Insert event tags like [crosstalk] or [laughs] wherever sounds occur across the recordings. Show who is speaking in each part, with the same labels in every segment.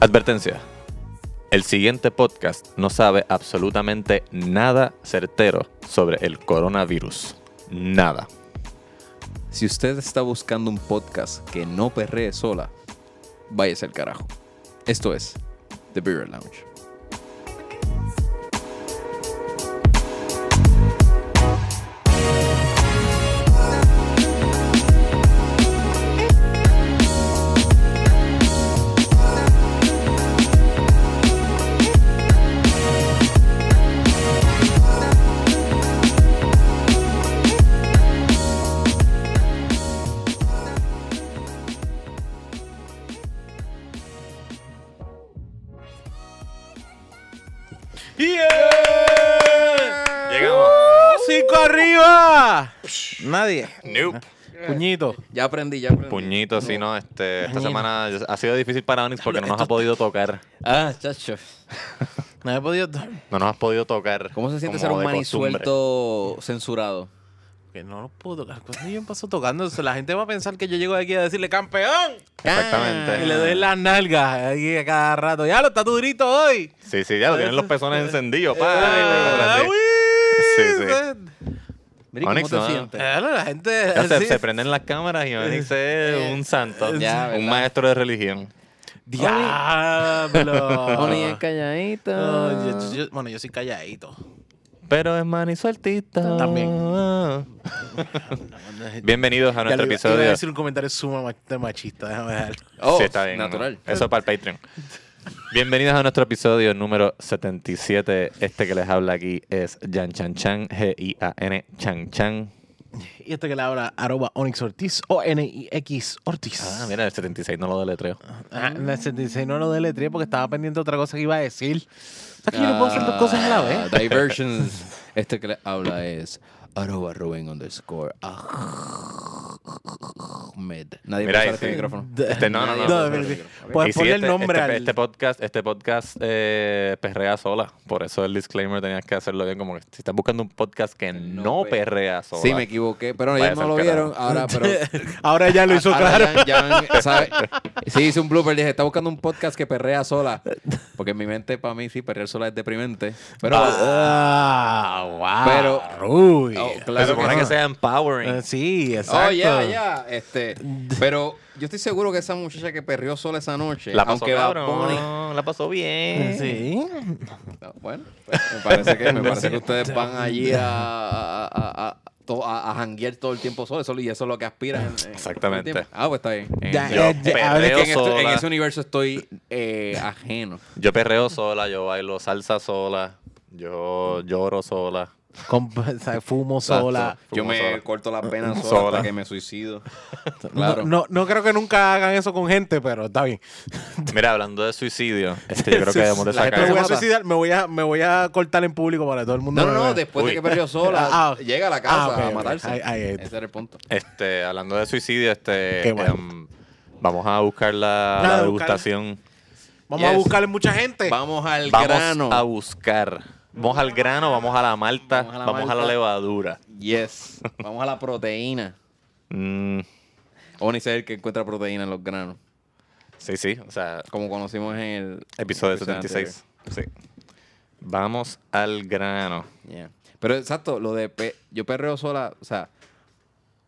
Speaker 1: Advertencia. El siguiente podcast no sabe absolutamente nada certero sobre el coronavirus. Nada.
Speaker 2: Si usted está buscando un podcast que no perree sola, váyase al carajo. Esto es The Beer Lounge.
Speaker 1: Llegamos.
Speaker 3: ¡Cinco arriba! Nadie.
Speaker 1: Nope.
Speaker 3: Puñito.
Speaker 2: Ya aprendí, ya aprendí.
Speaker 1: Puñito, si no, este, esta
Speaker 3: Puñito.
Speaker 1: semana ha sido difícil para Onyx porque no nos ha podido tocar.
Speaker 2: Ah, chacho.
Speaker 3: No he podido.
Speaker 1: No nos has podido tocar.
Speaker 2: ¿Cómo se siente
Speaker 1: como
Speaker 2: ser un
Speaker 1: de
Speaker 2: maní
Speaker 1: costumbre.
Speaker 2: suelto censurado?
Speaker 3: Que no lo puedo tocar. Cuando yo paso tocando, la gente va a pensar que yo llego de aquí a decirle campeón. Y le
Speaker 1: Exactamente.
Speaker 3: doy las nalgas ahí a cada rato. Ya lo está durito hoy.
Speaker 1: Sí, sí, ya lo tienen los
Speaker 2: Eh,
Speaker 1: pezones encendidos. pa.
Speaker 3: Ah,
Speaker 1: Ahora sí.
Speaker 3: uy.
Speaker 2: Mira,
Speaker 1: Onyx,
Speaker 2: ¿cómo
Speaker 1: no.
Speaker 2: te sientes?
Speaker 3: Claro, la gente.
Speaker 1: Ya se,
Speaker 3: sí.
Speaker 1: se prenden las cámaras y Onyx es un santo,
Speaker 2: Eh, Ya,
Speaker 1: un
Speaker 2: ¿verdad?
Speaker 1: maestro de religión. Ah.
Speaker 3: Diablo.
Speaker 2: Onyx es calladito.
Speaker 3: No, yo- yo- bueno, yo soy calladito.
Speaker 1: Pero es maní sueltito.
Speaker 3: También.
Speaker 1: Bienvenidos a
Speaker 3: Ya
Speaker 1: nuestro este
Speaker 3: le iba- Iba a
Speaker 1: episodio.
Speaker 3: decir un comentario sumamente machista, déjame dejarlo.
Speaker 2: Oh,
Speaker 1: sí, está bien.
Speaker 2: Natural.
Speaker 1: Eso para el Patreon. Bienvenidos a nuestro episodio número 77. Este que les habla aquí es Jan Chan Chan, G-I-A-N Chan Chan.
Speaker 3: Y este que le habla, arroba Onyx Ortiz, O-N-I-X Ortiz.
Speaker 1: Ah, mira, el 76 no lo deletreo.
Speaker 3: Ah, en el 76 no lo deletreé porque estaba pendiente de otra cosa que iba a decir. Es que yo no puedo hacer dos cosas a la vez.
Speaker 2: Ah, Diversions.
Speaker 3: [laughs]
Speaker 2: Este que le habla es arroba Rubén underscore Ahmed. Nadie
Speaker 1: Mira
Speaker 2: puede
Speaker 1: ahí,
Speaker 2: usar este
Speaker 1: sí.
Speaker 2: micrófono.
Speaker 1: Este, no, no,
Speaker 3: [laughs]
Speaker 1: no.
Speaker 2: Nadie
Speaker 1: no, no,
Speaker 2: puede usar
Speaker 1: no.
Speaker 2: este micrófono.
Speaker 3: Pues
Speaker 1: Y sí,
Speaker 3: ponle
Speaker 1: este-
Speaker 3: el nombre
Speaker 1: este,
Speaker 3: al-
Speaker 1: este podcast, este podcast eh, perrea sola. Por eso el disclaimer tenías que hacerlo bien. Como que si estás buscando un podcast que no,
Speaker 2: No
Speaker 1: perrea sola.
Speaker 2: Sí, me equivoqué, pero
Speaker 1: Vaya
Speaker 2: ellos no
Speaker 1: al
Speaker 2: lo
Speaker 1: carajo.
Speaker 2: vieron ahora, pero
Speaker 3: Ahora ya lo hizo
Speaker 2: ahora
Speaker 3: claro.
Speaker 2: ya- ya- ¿sabe? Sí, hice un blooper, dije, está buscando un podcast que perrea sola, porque en mi mente para mí sí perrear sola es deprimente, pero
Speaker 3: ah, wow.
Speaker 2: Pero-
Speaker 3: Uy.
Speaker 2: Oh,
Speaker 1: Se
Speaker 2: claro que
Speaker 1: supone que
Speaker 2: no.
Speaker 1: sea empowering.
Speaker 3: Eh, sí, exacto.
Speaker 2: Oh, ya, ya. Este, pero yo estoy seguro que esa muchacha que perrió sola esa noche,
Speaker 1: La pasó
Speaker 2: aunque va
Speaker 1: cabrón, la pasó bien.
Speaker 3: Eh, Sí.
Speaker 2: Bueno, pues, me parece que, me parece que ustedes van allí a, a, a, a- to- a- a janguear todo el tiempo solos eso- y eso es lo que aspiran. en- en- todo el
Speaker 1: Exactamente.
Speaker 2: tiempo. Ah, pues está bien. En-
Speaker 3: Ya,
Speaker 2: yo-
Speaker 1: Yo
Speaker 3: eh, ya, ahora es
Speaker 1: perreo
Speaker 2: en, este- en
Speaker 1: sola.
Speaker 2: ese universo estoy eh, ajeno.
Speaker 1: Yo perreo sola, yo bailo salsa sola, yo lloro sola.
Speaker 3: Con- [laughs] o sea, fumo [laughs] sola.
Speaker 1: Exacto.
Speaker 2: Yo
Speaker 1: Fumo
Speaker 2: me
Speaker 1: sola.
Speaker 2: corto las penas sola,
Speaker 1: Sola.
Speaker 2: hasta que me suicido. Claro.
Speaker 3: [laughs] No, no creo que nunca hagan eso con gente, pero está bien.
Speaker 1: Mira, hablando de suicidio, este, yo creo que debemos de
Speaker 2: [laughs] La gente
Speaker 3: Me
Speaker 2: se
Speaker 1: sacar.
Speaker 3: voy a
Speaker 2: mata.
Speaker 3: suicidar, me voy a, me voy a cortar en público para que todo el mundo.
Speaker 2: No, no,
Speaker 3: me
Speaker 2: no,
Speaker 3: vea.
Speaker 2: después
Speaker 1: Uy.
Speaker 2: de que perrió sola,
Speaker 3: [laughs] Ah,
Speaker 2: llega a la casa
Speaker 3: ah, ok,
Speaker 2: a
Speaker 3: ok.
Speaker 2: matarse.
Speaker 3: Ahí- ahí está.
Speaker 2: Ese era el punto.
Speaker 1: Este, hablando de suicidio, este,
Speaker 3: Qué bueno.
Speaker 1: em, vamos a buscar la, la
Speaker 3: Nada, buscarla.
Speaker 1: degustación.
Speaker 3: Vamos a
Speaker 2: Yes.
Speaker 3: buscarle mucha gente.
Speaker 2: Vamos al
Speaker 1: Vamos
Speaker 2: grano.
Speaker 1: a buscar. Vamos al grano, vamos a la malta,
Speaker 2: Vamos a la
Speaker 1: vamos a la
Speaker 2: malta.
Speaker 1: levadura.
Speaker 2: Yes. Vamos a la proteína.
Speaker 1: Mm,
Speaker 2: Onis es el que encuentra proteína en los granos.
Speaker 1: sí, sí, o sea,
Speaker 2: Como conocimos en el
Speaker 1: episodio
Speaker 2: episodio
Speaker 1: 76. Sí. Vamos al grano.
Speaker 2: anterior. Yeah. Pero exacto, lo de pe- yo perreo sola, o sea,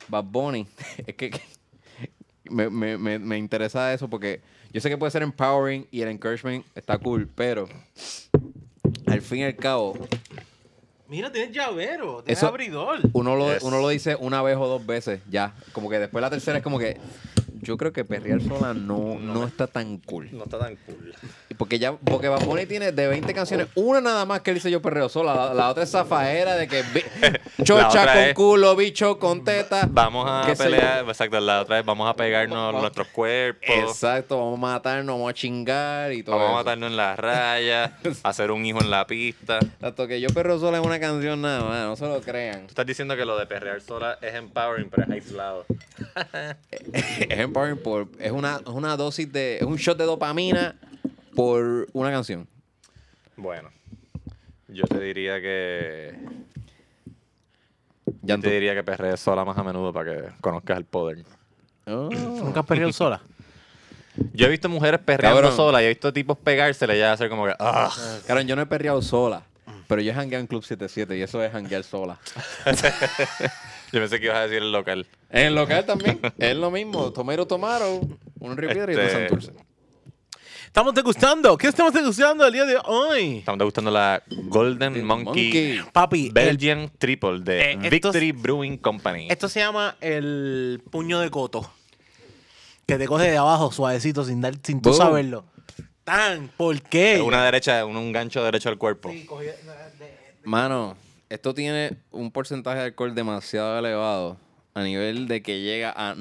Speaker 2: Bad Bunny, [laughs] es que, que me, me- me- me interesa eso porque yo sé que puede ser empowering y el encouragement está cool, pero al fin y al cabo,
Speaker 3: Mira, tienes llavero,
Speaker 2: tienes Eso-
Speaker 3: abridor.
Speaker 2: uno lo,
Speaker 1: Yes.
Speaker 2: uno lo dice una vez o dos veces, ya. Como que después la tercera es como que yo creo que perrear sola no, no está tan cool.
Speaker 1: No está tan cool.
Speaker 2: Porque ya, porque Bad Bunny tiene de 20 canciones, una nada más que él dice yo perreo sola. La, la otra es zafajera de que
Speaker 1: [laughs]
Speaker 2: bi- chocha
Speaker 1: otra
Speaker 2: con
Speaker 1: es-
Speaker 2: culo, bicho con teta.
Speaker 1: Vamos a
Speaker 2: qué sé yo.
Speaker 1: pelear, exacto, la otra vez vamos a pegarnos
Speaker 2: Va- va-
Speaker 1: nuestros cuerpos.
Speaker 2: Exacto, vamos a matarnos, vamos a chingar y todo.
Speaker 1: Vamos a
Speaker 2: eso.
Speaker 1: matarnos en las rayas,
Speaker 2: [laughs]
Speaker 1: hacer un hijo en la pista. Tú
Speaker 2: Tanto que yo perreo sola es una canción nada más, no se lo crean.
Speaker 1: estás diciendo que lo de perrear sola es empowering, pero es aislado.
Speaker 2: es empowering por, es una, es una dosis de, es un shot de dopamina por una canción.
Speaker 1: Bueno, yo te diría que.
Speaker 2: Ya
Speaker 1: Yo te diría que perrees sola más a menudo para que conozcas el poder.
Speaker 2: Oh.
Speaker 3: ¿Nunca has perdido sola?
Speaker 1: Yo he visto mujeres perreando
Speaker 2: Cabrón.
Speaker 1: sola y he visto tipos pegársela y ya hacer como que. "Ah".
Speaker 2: Claro, yo no he perreado sola, pero yo he hangueado en Club 77 y eso es hanguear sola.
Speaker 1: Yo pensé que ibas a decir el local.
Speaker 2: En el local también es lo mismo. Tomero, tomaro, un río piedra y otro
Speaker 1: Este-
Speaker 2: Santurce.
Speaker 3: Estamos degustando. ¿Qué estamos degustando el día de hoy?
Speaker 1: Estamos degustando la Golden Monkey,
Speaker 3: Papi, el-
Speaker 1: Belgian Triple de
Speaker 3: Eh, estos-
Speaker 1: Victory Brewing Company.
Speaker 3: esto se llama el puño de coto. Que te coge de abajo suavecito sin, dar, sin tú
Speaker 2: Boom.
Speaker 3: saberlo. Tan, ¿por qué?
Speaker 1: Una derecha, un, un gancho derecho al cuerpo.
Speaker 3: Sí, cogí- de-
Speaker 2: Mano, esto tiene un porcentaje de alcohol demasiado elevado a nivel de que llega a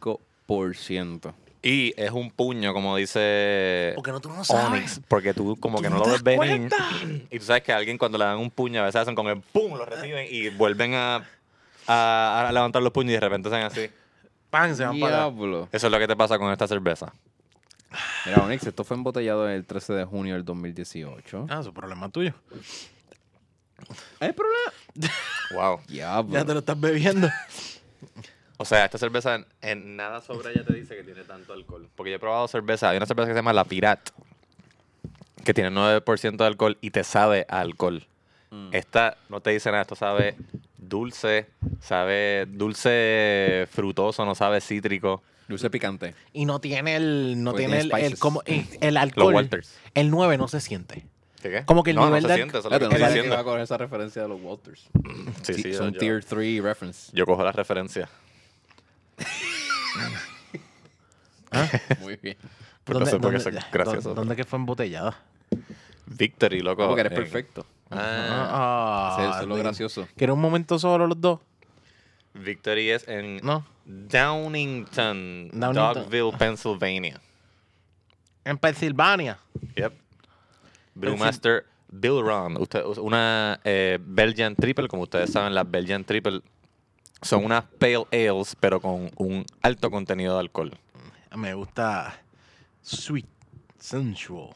Speaker 2: 9.5%.
Speaker 1: Y es un puño, como dice
Speaker 3: Porque no, tú no sabes.
Speaker 1: Onyx, porque tú como
Speaker 3: Tú
Speaker 1: que
Speaker 3: no
Speaker 1: no,
Speaker 3: te
Speaker 1: lo ves
Speaker 3: das
Speaker 1: venir.
Speaker 3: cuenta.
Speaker 1: Y tú sabes que a alguien cuando le dan un puño, a veces hacen con el pum, lo reciben y vuelven a, a- a levantar los puños y de repente hacen así.
Speaker 3: Pan, se van para allá.
Speaker 2: Diablo.
Speaker 1: Eso es lo que te pasa con esta cerveza.
Speaker 2: Mira, Onyx, esto fue embotellado el 13 de junio del 2018.
Speaker 3: Ah, eso es problema tuyo.
Speaker 2: ¿Hay problema?
Speaker 1: Wow.
Speaker 3: Ya te
Speaker 2: Diablo.
Speaker 3: lo
Speaker 2: [laughs]
Speaker 3: estás bebiendo.
Speaker 1: O sea, esta cerveza en, en nada sobre ella te dice que tiene tanto alcohol. Porque yo he probado cerveza. Hay una cerveza que se llama La Pirat, que tiene 9% de alcohol y te sabe a alcohol. Esta no te dice nada. Esto sabe dulce, sabe dulce frutoso, no sabe cítrico.
Speaker 2: Dulce picante.
Speaker 3: Y no tiene el. No
Speaker 2: Porque
Speaker 3: tiene el,
Speaker 2: Pues tiene
Speaker 3: el,
Speaker 2: spices.
Speaker 3: como, el, el alcohol.
Speaker 1: Walters.
Speaker 3: El 9 no se siente.
Speaker 1: ¿Qué, qué?
Speaker 3: Como que el
Speaker 1: no,
Speaker 3: nivel
Speaker 1: no
Speaker 3: de
Speaker 1: se
Speaker 3: alc-
Speaker 1: siente, eso es lo
Speaker 2: Espérate,
Speaker 1: que
Speaker 2: no
Speaker 1: estoy
Speaker 2: sabía que iba a
Speaker 1: diciendo.
Speaker 2: coger esa referencia de los Walters.
Speaker 1: Sí, sí,
Speaker 2: Son
Speaker 1: yo-
Speaker 2: tier 3 reference.
Speaker 1: Yo cojo la referencia.
Speaker 2: Muy bien.
Speaker 1: Pero no sé por qué son graciosos.
Speaker 3: dónde- dónde que fue embotellada?
Speaker 1: Victory, loco.
Speaker 2: Porque eres
Speaker 1: en-
Speaker 2: perfecto.
Speaker 1: Oh, eh. Ah,
Speaker 3: Ah,
Speaker 2: Ese- eso es lo
Speaker 3: sí.
Speaker 2: gracioso.
Speaker 3: ¿Quieren un momento solo los dos?
Speaker 1: Victory es en
Speaker 3: No.
Speaker 1: Downington,
Speaker 3: Downington.
Speaker 1: Dogville, Pennsylvania.
Speaker 3: En Pensilvania.
Speaker 1: Yep. Brewmaster Bill Ron. Usted, una eh, Belgian Triple, como ustedes saben, las Belgian Triple son unas pale ales, pero con un alto contenido de alcohol.
Speaker 3: Me gusta sweet, sensual,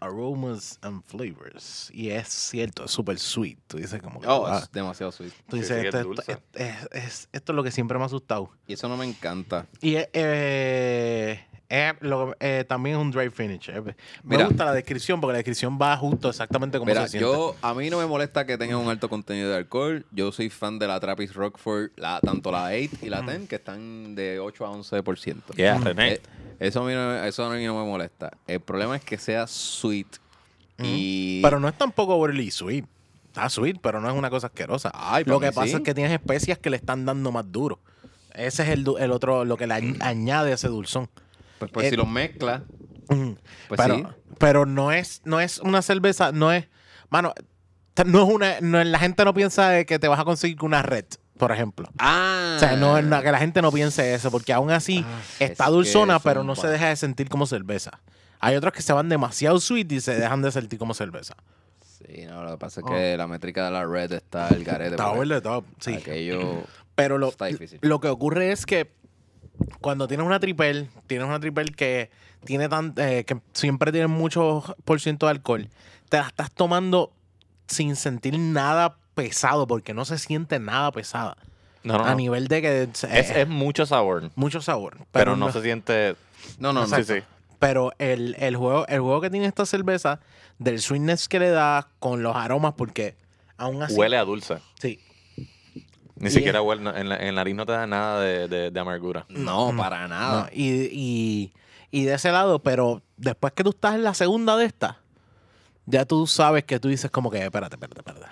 Speaker 3: aromas and flavors. Y es cierto, es súper sweet. Tú dices como que,
Speaker 2: Oh,
Speaker 3: ah,
Speaker 2: es demasiado sweet.
Speaker 3: tú
Speaker 1: sí,
Speaker 3: dices,
Speaker 1: sí, es
Speaker 3: esto, esto-
Speaker 1: dulce.
Speaker 3: es- es- es- esto es lo que siempre me ha asustado.
Speaker 2: Y eso no me encanta.
Speaker 3: Y es, eh, es lo- eh, también es un dry finish. eh. Me
Speaker 2: Mira.
Speaker 3: gusta la descripción porque la descripción va justo exactamente como
Speaker 2: Mira,
Speaker 3: se siente.
Speaker 2: yo, a mí no me molesta que tenga un alto contenido de alcohol. Yo soy fan de la Trappist Rockford, la, tanto la 8 y la 10, que están de 8 a 11%.
Speaker 1: Yeah, René.
Speaker 2: Eh, eso, a mí no, me- eso a mí no me molesta. El problema es que sea sweet. Y...
Speaker 3: Pero no es tampoco overly sweet. Está sweet, pero no es una cosa asquerosa.
Speaker 2: Ay, para
Speaker 3: lo que
Speaker 2: mí
Speaker 3: pasa
Speaker 2: sí.
Speaker 3: es que tienes especias que le están dando más duro. Ese es el, du- el otro, lo que le
Speaker 2: Mm.
Speaker 3: añ- añade a ese dulzón.
Speaker 2: pues, pues
Speaker 3: eh,
Speaker 2: si los mezclas,
Speaker 3: Ujú.
Speaker 2: pues
Speaker 3: pero,
Speaker 2: sí.
Speaker 3: pero no es, no es una cerveza, no es, mano, t- no es una, no es- la gente no piensa de que te vas a conseguir una red, por ejemplo.
Speaker 2: Ah.
Speaker 3: O sea, no, no- que la gente no piense eso, porque aún así
Speaker 2: Ah,
Speaker 3: está
Speaker 2: es que
Speaker 3: dulzona,
Speaker 2: son
Speaker 3: pero no se
Speaker 2: pa-
Speaker 3: deja de sentir como cerveza. Hay otras que se van demasiado sweet y se dejan de sentir como cerveza.
Speaker 2: Sí, no, lo que pasa es que la métrica de la red está el garete.
Speaker 3: Oh. Está
Speaker 2: porque
Speaker 3: over the top, sí.
Speaker 2: Aquello...
Speaker 3: Pero lo,
Speaker 2: Está difícil.
Speaker 3: lo que ocurre es que cuando tienes una triple, tienes una triple que tiene tan, eh, que siempre tiene mucho por ciento de alcohol, te la estás tomando sin sentir nada pesado, porque no se siente nada pesada.
Speaker 1: No, no,
Speaker 3: A
Speaker 1: no.
Speaker 3: nivel de que eh,
Speaker 1: Es, es mucho sabor, pero,
Speaker 3: mucho sabor. Pero,
Speaker 1: no, se siente...
Speaker 2: No, no, no.
Speaker 1: Sí, sí.
Speaker 3: Pero el, el juego, el juego que tiene esta cerveza, del sweetness que le da con los aromas, porque aún así.
Speaker 1: Huele a dulce.
Speaker 3: Sí.
Speaker 1: Ni
Speaker 3: Ah, Y
Speaker 1: siquiera huele, no, en la, en la nariz no te da nada de, de- de amargura.
Speaker 2: No, para nada.
Speaker 3: No, Ah, y, y- y de ese lado, pero después que tú estás en la segunda de esta, ya tú sabes que tú dices como que, espérate, espérate, espérate.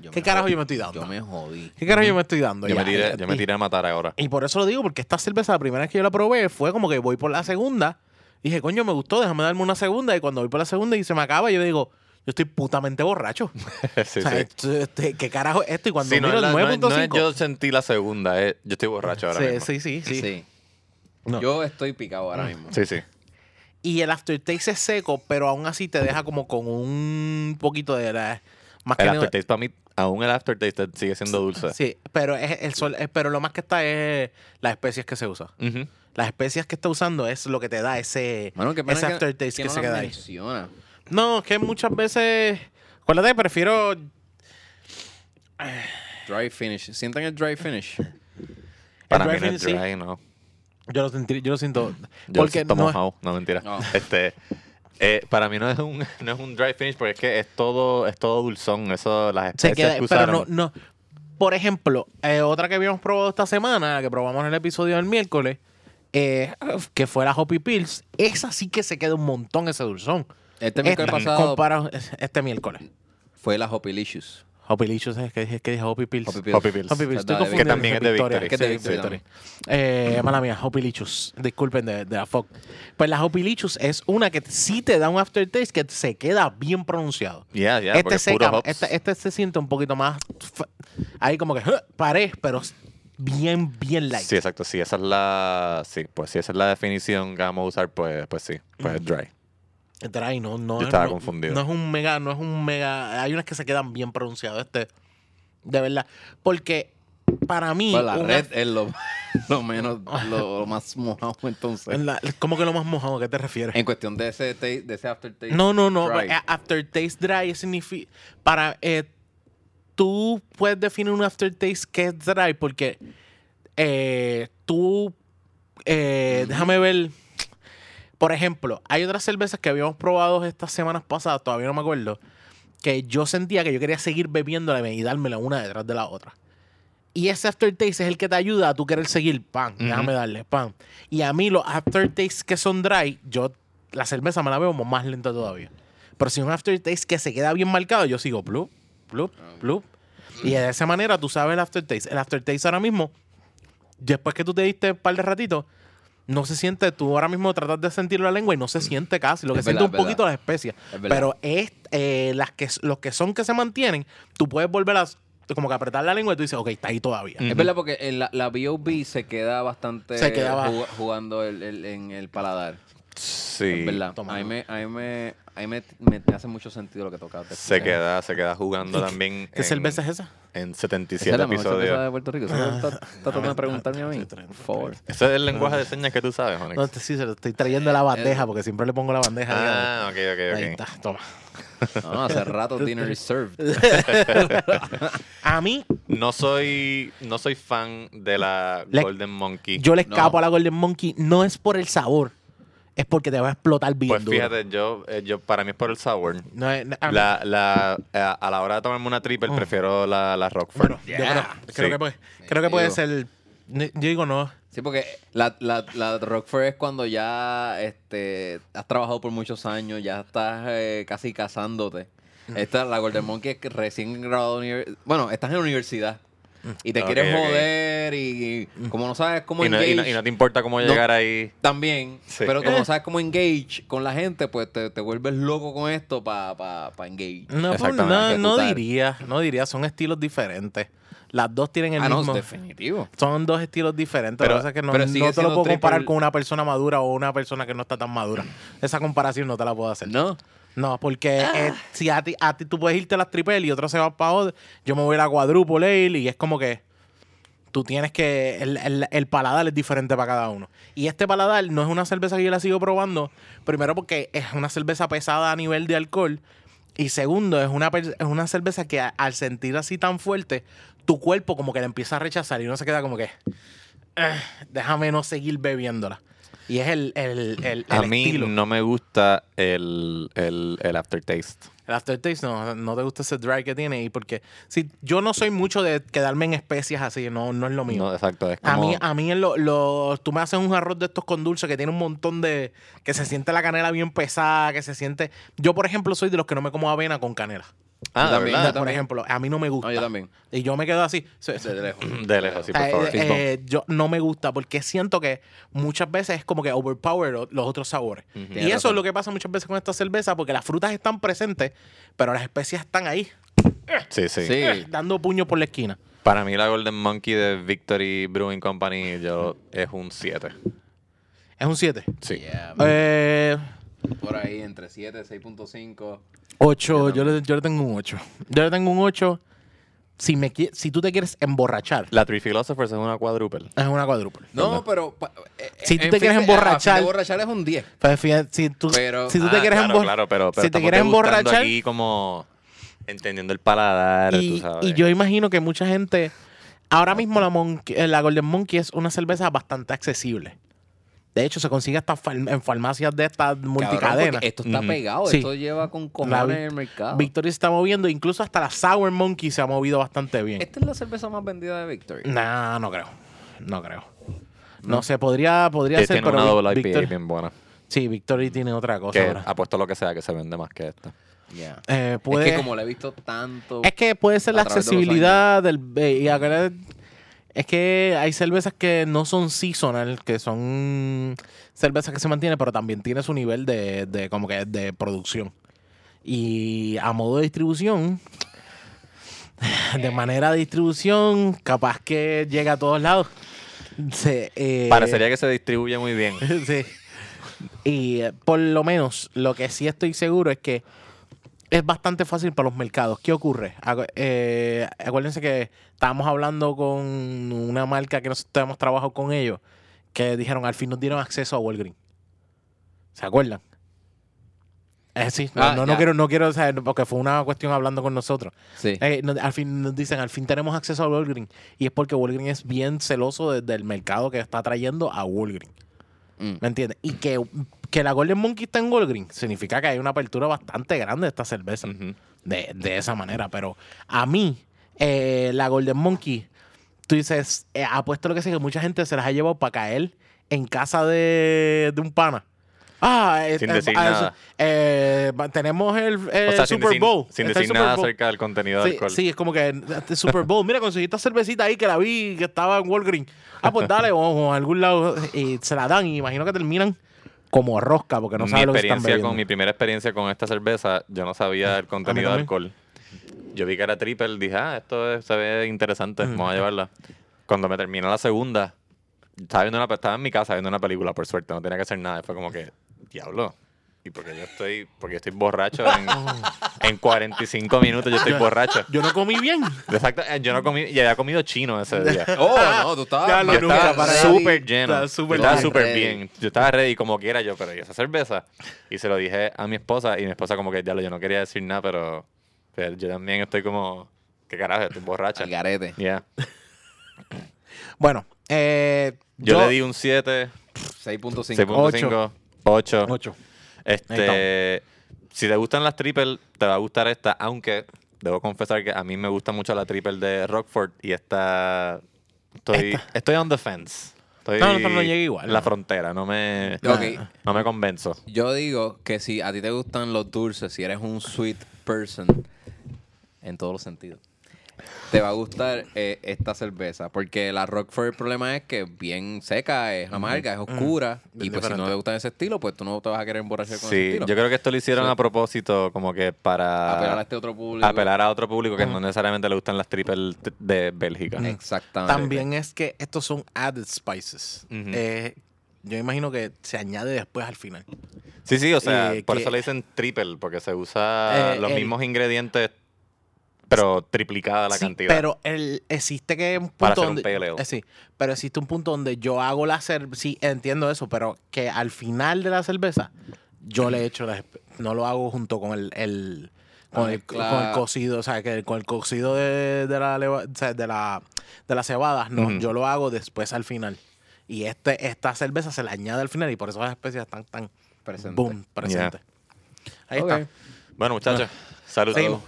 Speaker 2: Yo
Speaker 3: ¿Qué
Speaker 2: me
Speaker 3: carajo
Speaker 2: jodí.
Speaker 3: yo me estoy dando?
Speaker 2: Yo me jodí.
Speaker 3: ¿Qué carajo yo me estoy dando?
Speaker 1: Yo
Speaker 3: Ya,
Speaker 1: me, tiré,
Speaker 3: ya,
Speaker 1: yo me
Speaker 3: y-
Speaker 1: tiré a matar ahora.
Speaker 3: Y por eso lo digo, porque esta cerveza, la primera vez que yo la probé, fue como que voy por la segunda. Y dije, coño, me gustó, déjame darme una segunda. Y cuando voy por la segunda y se me acaba, yo digo, yo estoy putamente borracho.
Speaker 1: sí,
Speaker 3: [laughs] [laughs] o sea,
Speaker 1: sí.
Speaker 3: esto- este, ¿qué carajo es esto? Y cuando
Speaker 1: Sí, no,
Speaker 3: miro
Speaker 1: es
Speaker 3: el
Speaker 1: la- no es- no es
Speaker 3: 9.5.
Speaker 1: yo sentí la segunda, es- yo estoy borracho ahora mismo.
Speaker 3: sí, sí, sí, sí.
Speaker 2: Sí.
Speaker 3: No.
Speaker 2: Yo estoy picado ahora mismo.
Speaker 1: Sí, sí.
Speaker 3: Y el aftertaste es seco, pero aún así te deja como con un poquito de la... Más
Speaker 1: El
Speaker 3: nada-
Speaker 1: aftertaste para mí, aún el aftertaste sigue siendo dulce.
Speaker 3: Sí, pero es el sol, eh, pero lo más que está es las especias que se usa.
Speaker 1: Ujú.
Speaker 3: Las especias que está usando es lo que te da ese,
Speaker 2: Mano, qué pena
Speaker 3: ese
Speaker 2: que-
Speaker 3: aftertaste que,
Speaker 2: no
Speaker 3: se
Speaker 2: las
Speaker 3: queda ahí.
Speaker 2: menciona.
Speaker 3: No, es que muchas veces, acuérdate, prefiero
Speaker 2: Dry finish. ¿Sientan el dry finish?
Speaker 1: Para
Speaker 3: dry
Speaker 1: mí no es
Speaker 3: finish, sí.
Speaker 1: dry, no.
Speaker 3: Yo lo, sentí- yo lo siento.
Speaker 1: Yo
Speaker 3: porque
Speaker 1: siento
Speaker 3: no es-
Speaker 1: mojado. No, mentira.
Speaker 2: No.
Speaker 1: Este, eh, para mí no es, un, [laughs] no es un dry finish porque es que es todo, es todo dulzón. Eso, las
Speaker 3: se
Speaker 1: especies
Speaker 3: queda,
Speaker 1: que
Speaker 3: pero
Speaker 1: usaron.
Speaker 3: no, no. Por ejemplo, eh, otra que habíamos probado esta semana, que probamos en el episodio del miércoles, eh, que fue la Hoppy Pills, esa sí que se queda un montón ese dulzón.
Speaker 2: Este miércoles
Speaker 3: Esta,
Speaker 2: pasado
Speaker 3: compara- este miércoles.
Speaker 2: fue la Hopilicious.
Speaker 3: Hoppy Licious, es que, es que dije Hoppy Pills.
Speaker 2: Hoppy
Speaker 3: Hoppy
Speaker 2: Pills.
Speaker 1: Hoppy Pills.
Speaker 3: Pills, estoy
Speaker 2: Verdad,
Speaker 3: confundido,
Speaker 1: Que también
Speaker 3: dije
Speaker 1: es de Victory.
Speaker 2: Que es de
Speaker 3: sí,
Speaker 2: Victory,
Speaker 3: Victory. Eh, mala mía, Hoppy Licious. Disculpen de, de la fuck. Pues la Hoppy Licious es una que sí te da un aftertaste que se queda bien pronunciado.
Speaker 1: Yeah, yeah, porque
Speaker 3: este,
Speaker 1: es puro
Speaker 3: seca,
Speaker 1: hops.
Speaker 3: este, este se siente un poquito más. f- Ahí como que ¡ah! paré, pero s- bien, bien light.
Speaker 1: Sí, exacto. Sí, esa es la. Sí, pues si esa es la definición que vamos a usar, pues, pues sí. Pues
Speaker 3: Mm.
Speaker 1: es dry.
Speaker 3: Dry, no, no
Speaker 1: Yo
Speaker 3: es-
Speaker 1: estaba
Speaker 3: no-
Speaker 1: confundido.
Speaker 3: No es un mega, no es un mega. Hay unas que se quedan bien pronunciadas, este. De verdad. Porque para mí.
Speaker 1: Pues
Speaker 2: Bueno, Pues la
Speaker 3: una-
Speaker 2: red es lo, [laughs] lo menos, lo, lo más mojado entonces.
Speaker 3: la- ¿Cómo que lo más mojado? ¿A qué te refieres?
Speaker 2: En cuestión de ese, ta- de ese aftertaste.
Speaker 3: No, no, no.
Speaker 2: dry.
Speaker 3: eh, Aftertaste dry significa. Para. eh, tú puedes definir un aftertaste que es dry porque. eh, tú. eh, Déjame ver. Por ejemplo, hay otras cervezas que habíamos probado estas semanas pasadas, todavía no me acuerdo, que yo sentía que yo quería seguir bebiéndola y dármela una detrás de la otra. Y ese aftertaste es el que te ayuda a tú querer seguir pan.
Speaker 1: Ujú.
Speaker 3: Déjame darle pan. Y a mí los aftertastes que son dry, yo la cerveza me la veo más lenta todavía. Pero si es un aftertaste que se queda bien marcado, yo sigo plup, plup,
Speaker 2: Ah.
Speaker 3: plup. Y de esa manera tú sabes el aftertaste. El aftertaste ahora mismo, después que tú te diste un par de ratitos, no se siente, tú ahora mismo tratas de sentir la lengua y no se siente casi. Lo que
Speaker 2: Es
Speaker 3: siente
Speaker 2: verdad,
Speaker 3: un poquito
Speaker 2: verdad.
Speaker 3: las especias.
Speaker 2: Es verdad.
Speaker 3: pero es, eh, las que, los que son que se mantienen, tú puedes volver a como que apretar la lengua y tú dices, ok, está ahí todavía.
Speaker 1: Mm.
Speaker 2: Es verdad porque el- la, la B.O.B. se queda bastante
Speaker 3: Se quedaba-
Speaker 2: ju- jugando el- el- en el paladar.
Speaker 1: Sí.
Speaker 2: Es verdad.
Speaker 3: Toma.
Speaker 2: A mí, me, a mí, me, a mí me, me- me hace mucho sentido lo que tocaste.
Speaker 1: Se queda, se queda jugando también.
Speaker 3: ¿Qué
Speaker 1: en,
Speaker 3: cerveza es esa?
Speaker 1: En
Speaker 2: Esa es
Speaker 1: 77
Speaker 2: la mejor cerveza
Speaker 1: episodios.
Speaker 2: de Puerto Rico. Eso está,
Speaker 3: Ah.
Speaker 2: está tratando de preguntarme a mí. Por favor.
Speaker 1: Ese es el lenguaje de señas que tú sabes, Onyx.
Speaker 3: No, te- sí, se lo estoy trayendo a la bandeja porque siempre le pongo la bandeja. digamos.
Speaker 1: Eh, Ah, ok, ok, ok.
Speaker 3: Ahí está, toma.
Speaker 2: No, no, hace
Speaker 3: [laughs]
Speaker 2: rato dinner is served.
Speaker 3: A mí,
Speaker 1: No soy, no soy fan de la
Speaker 3: Le-
Speaker 1: Golden Monkey.
Speaker 3: yo le
Speaker 2: No.
Speaker 3: escapo a la Golden Monkey, no es por el sabor, es porque te va a explotar bien
Speaker 1: pues
Speaker 3: duro.
Speaker 1: fíjate, yo, eh, yo, para mí es por el sour.
Speaker 3: No es-
Speaker 2: Ah,
Speaker 3: no- a-
Speaker 1: La, la, eh, a la hora de tomarme una triple,
Speaker 3: Mm.
Speaker 1: prefiero la, la Rockford.
Speaker 3: bueno, yo creo,
Speaker 2: Yeah.
Speaker 3: creo
Speaker 1: Sí.
Speaker 3: que puede, creo que puede
Speaker 2: Digo.
Speaker 3: ser. Yo digo no.
Speaker 2: Sí, porque la, la, la Rockford es cuando ya este, has trabajado por muchos años, ya estás eh, casi casándote.
Speaker 3: Mm.
Speaker 2: Esta, la Golden Monkey es que recién graduado de univers- Bueno, estás en la universidad
Speaker 3: Mm.
Speaker 2: y te
Speaker 1: Ok,
Speaker 2: quieres
Speaker 1: ok.
Speaker 2: joder y, y como no sabes cómo
Speaker 1: y, no, y no-
Speaker 2: engage-
Speaker 1: y no te importa cómo
Speaker 2: No.
Speaker 1: llegar ahí.
Speaker 2: También,
Speaker 1: Sí.
Speaker 2: pero como
Speaker 1: Eh.
Speaker 2: sabes cómo engage con la gente, pues te, te vuelves loco con esto para pa, pa engage.
Speaker 3: No, pues,
Speaker 1: Exactamente,
Speaker 3: no,
Speaker 2: ejecutar.
Speaker 3: no diría, no diría, son estilos diferentes. Las dos tienen el
Speaker 2: ah,
Speaker 3: mismo.
Speaker 2: no, definitivo.
Speaker 3: son dos estilos diferentes.
Speaker 1: Pero-
Speaker 3: Pero, que no,
Speaker 2: pero
Speaker 3: no
Speaker 2: sigue
Speaker 3: te lo
Speaker 2: siendo
Speaker 3: puedo comparar
Speaker 2: triple-
Speaker 3: con una persona madura o una persona que no está tan madura. Esa comparación no te la puedo hacer.
Speaker 2: No.
Speaker 3: No, porque eh, si a ti, a ti tú puedes irte a las triple y otro se va para otro, yo me voy a la cuadruple ale y es como que tú tienes que. El, el- el paladar es diferente para cada uno. Y este paladar no es una cerveza que yo la sigo probando, primero porque es una cerveza pesada a nivel de alcohol. Y segundo, es una, per- es una cerveza que a- al sentir así tan fuerte, tu cuerpo como que la empieza a rechazar y uno se queda como que. "Eh, déjame no seguir bebiéndola. Y es el, el, el-
Speaker 1: A
Speaker 3: el
Speaker 1: mí
Speaker 3: estilo.
Speaker 1: no me gusta el, el, el aftertaste.
Speaker 3: El aftertaste no, no te gusta ese dry que tiene y porque si yo no soy mucho de quedarme en especias así, no, no es lo mío.
Speaker 1: No, exacto. Es como,
Speaker 3: a mí, a mí en lo, lo- tú me haces un arroz de estos con dulce que tiene un montón de que se siente la canela bien pesada, que se siente. Yo por ejemplo soy de los que no me como avena con canela.
Speaker 1: ah,
Speaker 2: yo también,
Speaker 1: de verdad.
Speaker 3: por ejemplo, a mí no me gusta.
Speaker 2: No, yo también.
Speaker 3: Y yo me quedo así. Se-
Speaker 2: De
Speaker 3: [clears throat]
Speaker 2: lejos.
Speaker 1: De lejos, sí,
Speaker 3: o sea,
Speaker 1: por favor.
Speaker 3: eh, eh, yo no me gusta porque siento que muchas veces es como que overpower lo- los otros sabores. Y
Speaker 2: Tienes
Speaker 3: eso
Speaker 2: razón.
Speaker 3: es lo que pasa muchas veces con esta cerveza porque las frutas están presentes, pero las especias están ahí,
Speaker 1: Sí, sí,
Speaker 2: Sí.
Speaker 3: dando puño por la esquina.
Speaker 1: Para mí la Golden Monkey de Victory Brewing Company yo, es un 7.
Speaker 3: Es un 7.
Speaker 1: Sí.
Speaker 2: Yeah,
Speaker 3: Eh,
Speaker 2: Por ahí, entre 7, 6.5.
Speaker 3: 8, yo, le, yo le tengo un 8. Yo le tengo un 8. Si, me, qui- si tú te quieres emborrachar,
Speaker 1: La Three Philosophers es una cuadruple.
Speaker 3: es una cuádruple.
Speaker 2: No, pero. pa- eh,
Speaker 3: Si tú
Speaker 2: en
Speaker 3: te
Speaker 2: fin
Speaker 3: quieres
Speaker 2: de-
Speaker 3: emborrachar-
Speaker 2: a fin de Emborrachar es un 10.
Speaker 3: Pues, fíjate, si tú,
Speaker 2: Pero-
Speaker 3: si tú te
Speaker 1: Ah,
Speaker 3: quieres
Speaker 1: claro,
Speaker 3: emborrachar.
Speaker 1: claro, pero, pero
Speaker 3: si te
Speaker 1: estamos
Speaker 3: quieres
Speaker 1: degustando
Speaker 3: emborrachar.
Speaker 1: aquí como entendiendo el paladar, tú
Speaker 3: Y,
Speaker 1: sabes.
Speaker 3: y yo imagino que mucha gente. Ahora mismo la, Monkey- eh, la Golden Monkey es una cerveza bastante accesible. De hecho, se consigue hasta far- en farmacias de estas
Speaker 2: Cabrón,
Speaker 3: multicadenas.
Speaker 2: porque esto está
Speaker 1: Ujú.
Speaker 2: pegado,
Speaker 3: Sí.
Speaker 2: esto lleva con
Speaker 3: La
Speaker 2: cojones
Speaker 3: Vic-
Speaker 2: en el mercado.
Speaker 3: Victory se está moviendo, incluso hasta la Sour Monkey se ha movido bastante bien.
Speaker 2: Esta es la cerveza más vendida de Victory.
Speaker 3: Nah, no creo. No creo. No sé, podría, podría
Speaker 1: Que
Speaker 3: ser,
Speaker 1: tiene
Speaker 3: pero
Speaker 1: una
Speaker 3: Vic-
Speaker 1: doble IPA
Speaker 3: Victor-
Speaker 1: bien buena.
Speaker 3: sí, Victory tiene otra cosa.
Speaker 1: Que
Speaker 3: ahora.
Speaker 1: apuesto lo que sea que se vende más que esta.
Speaker 2: Yeah.
Speaker 3: Eh, puede-
Speaker 2: Es que como la he visto tanto.
Speaker 3: puede ser
Speaker 2: a
Speaker 3: la
Speaker 2: través de los
Speaker 3: accesibilidad del... eh, y acá- es que hay cervezas que no son seasonal, que son cervezas que se mantienen, pero también tiene su nivel de, de como que de producción. Y a modo de distribución, de manera de distribución, capaz que llega a todos lados. Se, eh,
Speaker 1: Parecería que se distribuye muy bien.
Speaker 3: [laughs] sí. Y eh, por lo menos lo que sí estoy seguro es que es bastante fácil para los mercados. ¿Qué ocurre? Acu- eh, acuérdense que estábamos hablando con una marca que nosotros hemos trabajado con ellos, que dijeron al fin nos dieron acceso a Walgreens. ¿Se acuerdan? Eh, sí, no,
Speaker 2: Ah,
Speaker 3: no, no
Speaker 2: ya.
Speaker 3: quiero, no quiero saber, porque fue una cuestión hablando con nosotros.
Speaker 2: Sí.
Speaker 3: Eh, no- al fin nos dicen, al fin tenemos acceso a Walgreens. Y es porque Walgreens es bien celoso desde el mercado que está trayendo a Walgreens.
Speaker 2: Mm.
Speaker 3: ¿Me entiendes? Y que, que la Golden Monkey está en Walgreens significa que hay una apertura bastante grande de esta cerveza.
Speaker 1: Ujú.
Speaker 3: de, de esa manera. Pero a mí, eh, la Golden Monkey, tú dices, eh, apuesto lo que sea, que mucha gente se las ha llevado para caer en casa de, de un pana. Ah, eh,
Speaker 1: Sin
Speaker 3: eh,
Speaker 1: decir
Speaker 3: ah,
Speaker 1: nada.
Speaker 3: eso, eh, va- tenemos el, el
Speaker 1: o sea, sin
Speaker 3: eh, Super
Speaker 1: decir,
Speaker 3: Bowl.
Speaker 1: sin
Speaker 3: Está el
Speaker 1: decir
Speaker 3: Super
Speaker 1: nada
Speaker 3: Bowl.
Speaker 1: acerca del contenido de
Speaker 3: Sí,
Speaker 1: alcohol.
Speaker 3: sí, es como que este Super Bowl. Mira, conseguí esta cervecita ahí que la vi, que estaba en Walgreens. Ah, pues dale, o, o a algún lado. eh, Y se la dan y imagino que terminan como rosca porque no
Speaker 1: mi
Speaker 3: saben lo que están
Speaker 1: experiencia
Speaker 3: bebiendo.
Speaker 1: con mi primera experiencia con esta cerveza, yo no sabía el contenido de alcohol. Yo vi que era triple, dije, ah, esto es- se ve interesante,
Speaker 3: Mm.
Speaker 1: vamos a llevarla. Cuando me terminé la segunda, estaba, viendo una, pe- estaba en mi casa viendo una película, por suerte, no tenía que hacer nada. y Fue como que, diablo. Y porque yo estoy, porque yo estoy borracho en, en 45 minutos, yo estoy borracho.
Speaker 3: [laughs] Yo no comí bien.
Speaker 1: Exacto, eh, yo no comí, ya había comido chino ese día.
Speaker 2: Oh, no, tú estabas.
Speaker 3: Ya lo
Speaker 1: Yo
Speaker 3: nunca
Speaker 1: estaba
Speaker 3: para-
Speaker 1: súper lleno.
Speaker 3: Estaba Eh, ah, súper
Speaker 1: yo estaba
Speaker 2: lleno.
Speaker 1: súper
Speaker 2: Ready.
Speaker 1: bien. Yo estaba ready como quiera yo, pero yo esa cerveza. Y se lo dije a mi esposa y mi esposa como que ya lo, yo no quería decir nada, pero, pero yo también estoy como, ¿qué carajo? Estoy borracha.
Speaker 2: Al garete.
Speaker 1: Yeah.
Speaker 3: Bueno, eh,
Speaker 1: Yo, le di un 7,
Speaker 2: 6.5.
Speaker 1: 6.5, 8.
Speaker 3: 8.
Speaker 1: Este, si te gustan las triple, te va a gustar esta, aunque debo confesar que a mí me gusta mucho la triple de Rockford y esta estoy estoy on the fence. Estoy
Speaker 3: No, no, no llega igual,
Speaker 1: en La
Speaker 3: no.
Speaker 1: frontera, no me
Speaker 2: Ok.
Speaker 1: no me convenzo.
Speaker 2: Yo digo que si a ti te gustan los dulces, si eres un sweet person, en todos los sentidos, te va a gustar eh, esta cerveza. Porque la Rockford, el problema es que es bien seca, es amarga, es oscura. Y
Speaker 3: Bien
Speaker 2: pues si no
Speaker 3: diferente.
Speaker 2: te gusta ese estilo, pues tú no te vas a querer emborrachar con ese
Speaker 1: Sí,
Speaker 2: estilo.
Speaker 1: yo creo que esto lo hicieron
Speaker 2: So-
Speaker 1: a propósito como que para
Speaker 2: Apelar a este otro público.
Speaker 1: apelar a otro público que no necesariamente le gustan las triple t- de Bélgica.
Speaker 2: Exactamente.
Speaker 3: También es que estos son added spices.
Speaker 1: Ah, Ujú.
Speaker 3: Eh, yo imagino que se añade después al final.
Speaker 1: Sí, sí, o sea,
Speaker 3: Eh,
Speaker 1: por
Speaker 3: que-
Speaker 1: eso le dicen triple porque se usa
Speaker 3: Eh,
Speaker 1: los
Speaker 3: el-
Speaker 1: mismos ingredientes pero triplicada la
Speaker 3: Sí,
Speaker 1: cantidad.
Speaker 3: Pero el, existe que un punto
Speaker 1: Para hacer un
Speaker 3: donde,
Speaker 1: pale ale.
Speaker 3: eh, sí, pero existe un punto donde yo hago la cerveza. Sí, entiendo eso, pero que al final de la cerveza yo le echo las espe- no lo hago junto con el, el- con,
Speaker 2: La
Speaker 3: el
Speaker 2: mezcla.
Speaker 3: con el cocido, o sea, que con el cocido de, de la leva- o sea, de la de las cebadas, no,
Speaker 1: Ujú.
Speaker 3: yo lo hago después al final. Y este esta cerveza se la añade al final y por eso las especias están tan
Speaker 2: Presente.
Speaker 3: boom presentes. Ahí
Speaker 2: Ok.
Speaker 3: está.
Speaker 1: Bueno, muchachos, saludos.
Speaker 3: Seguimos.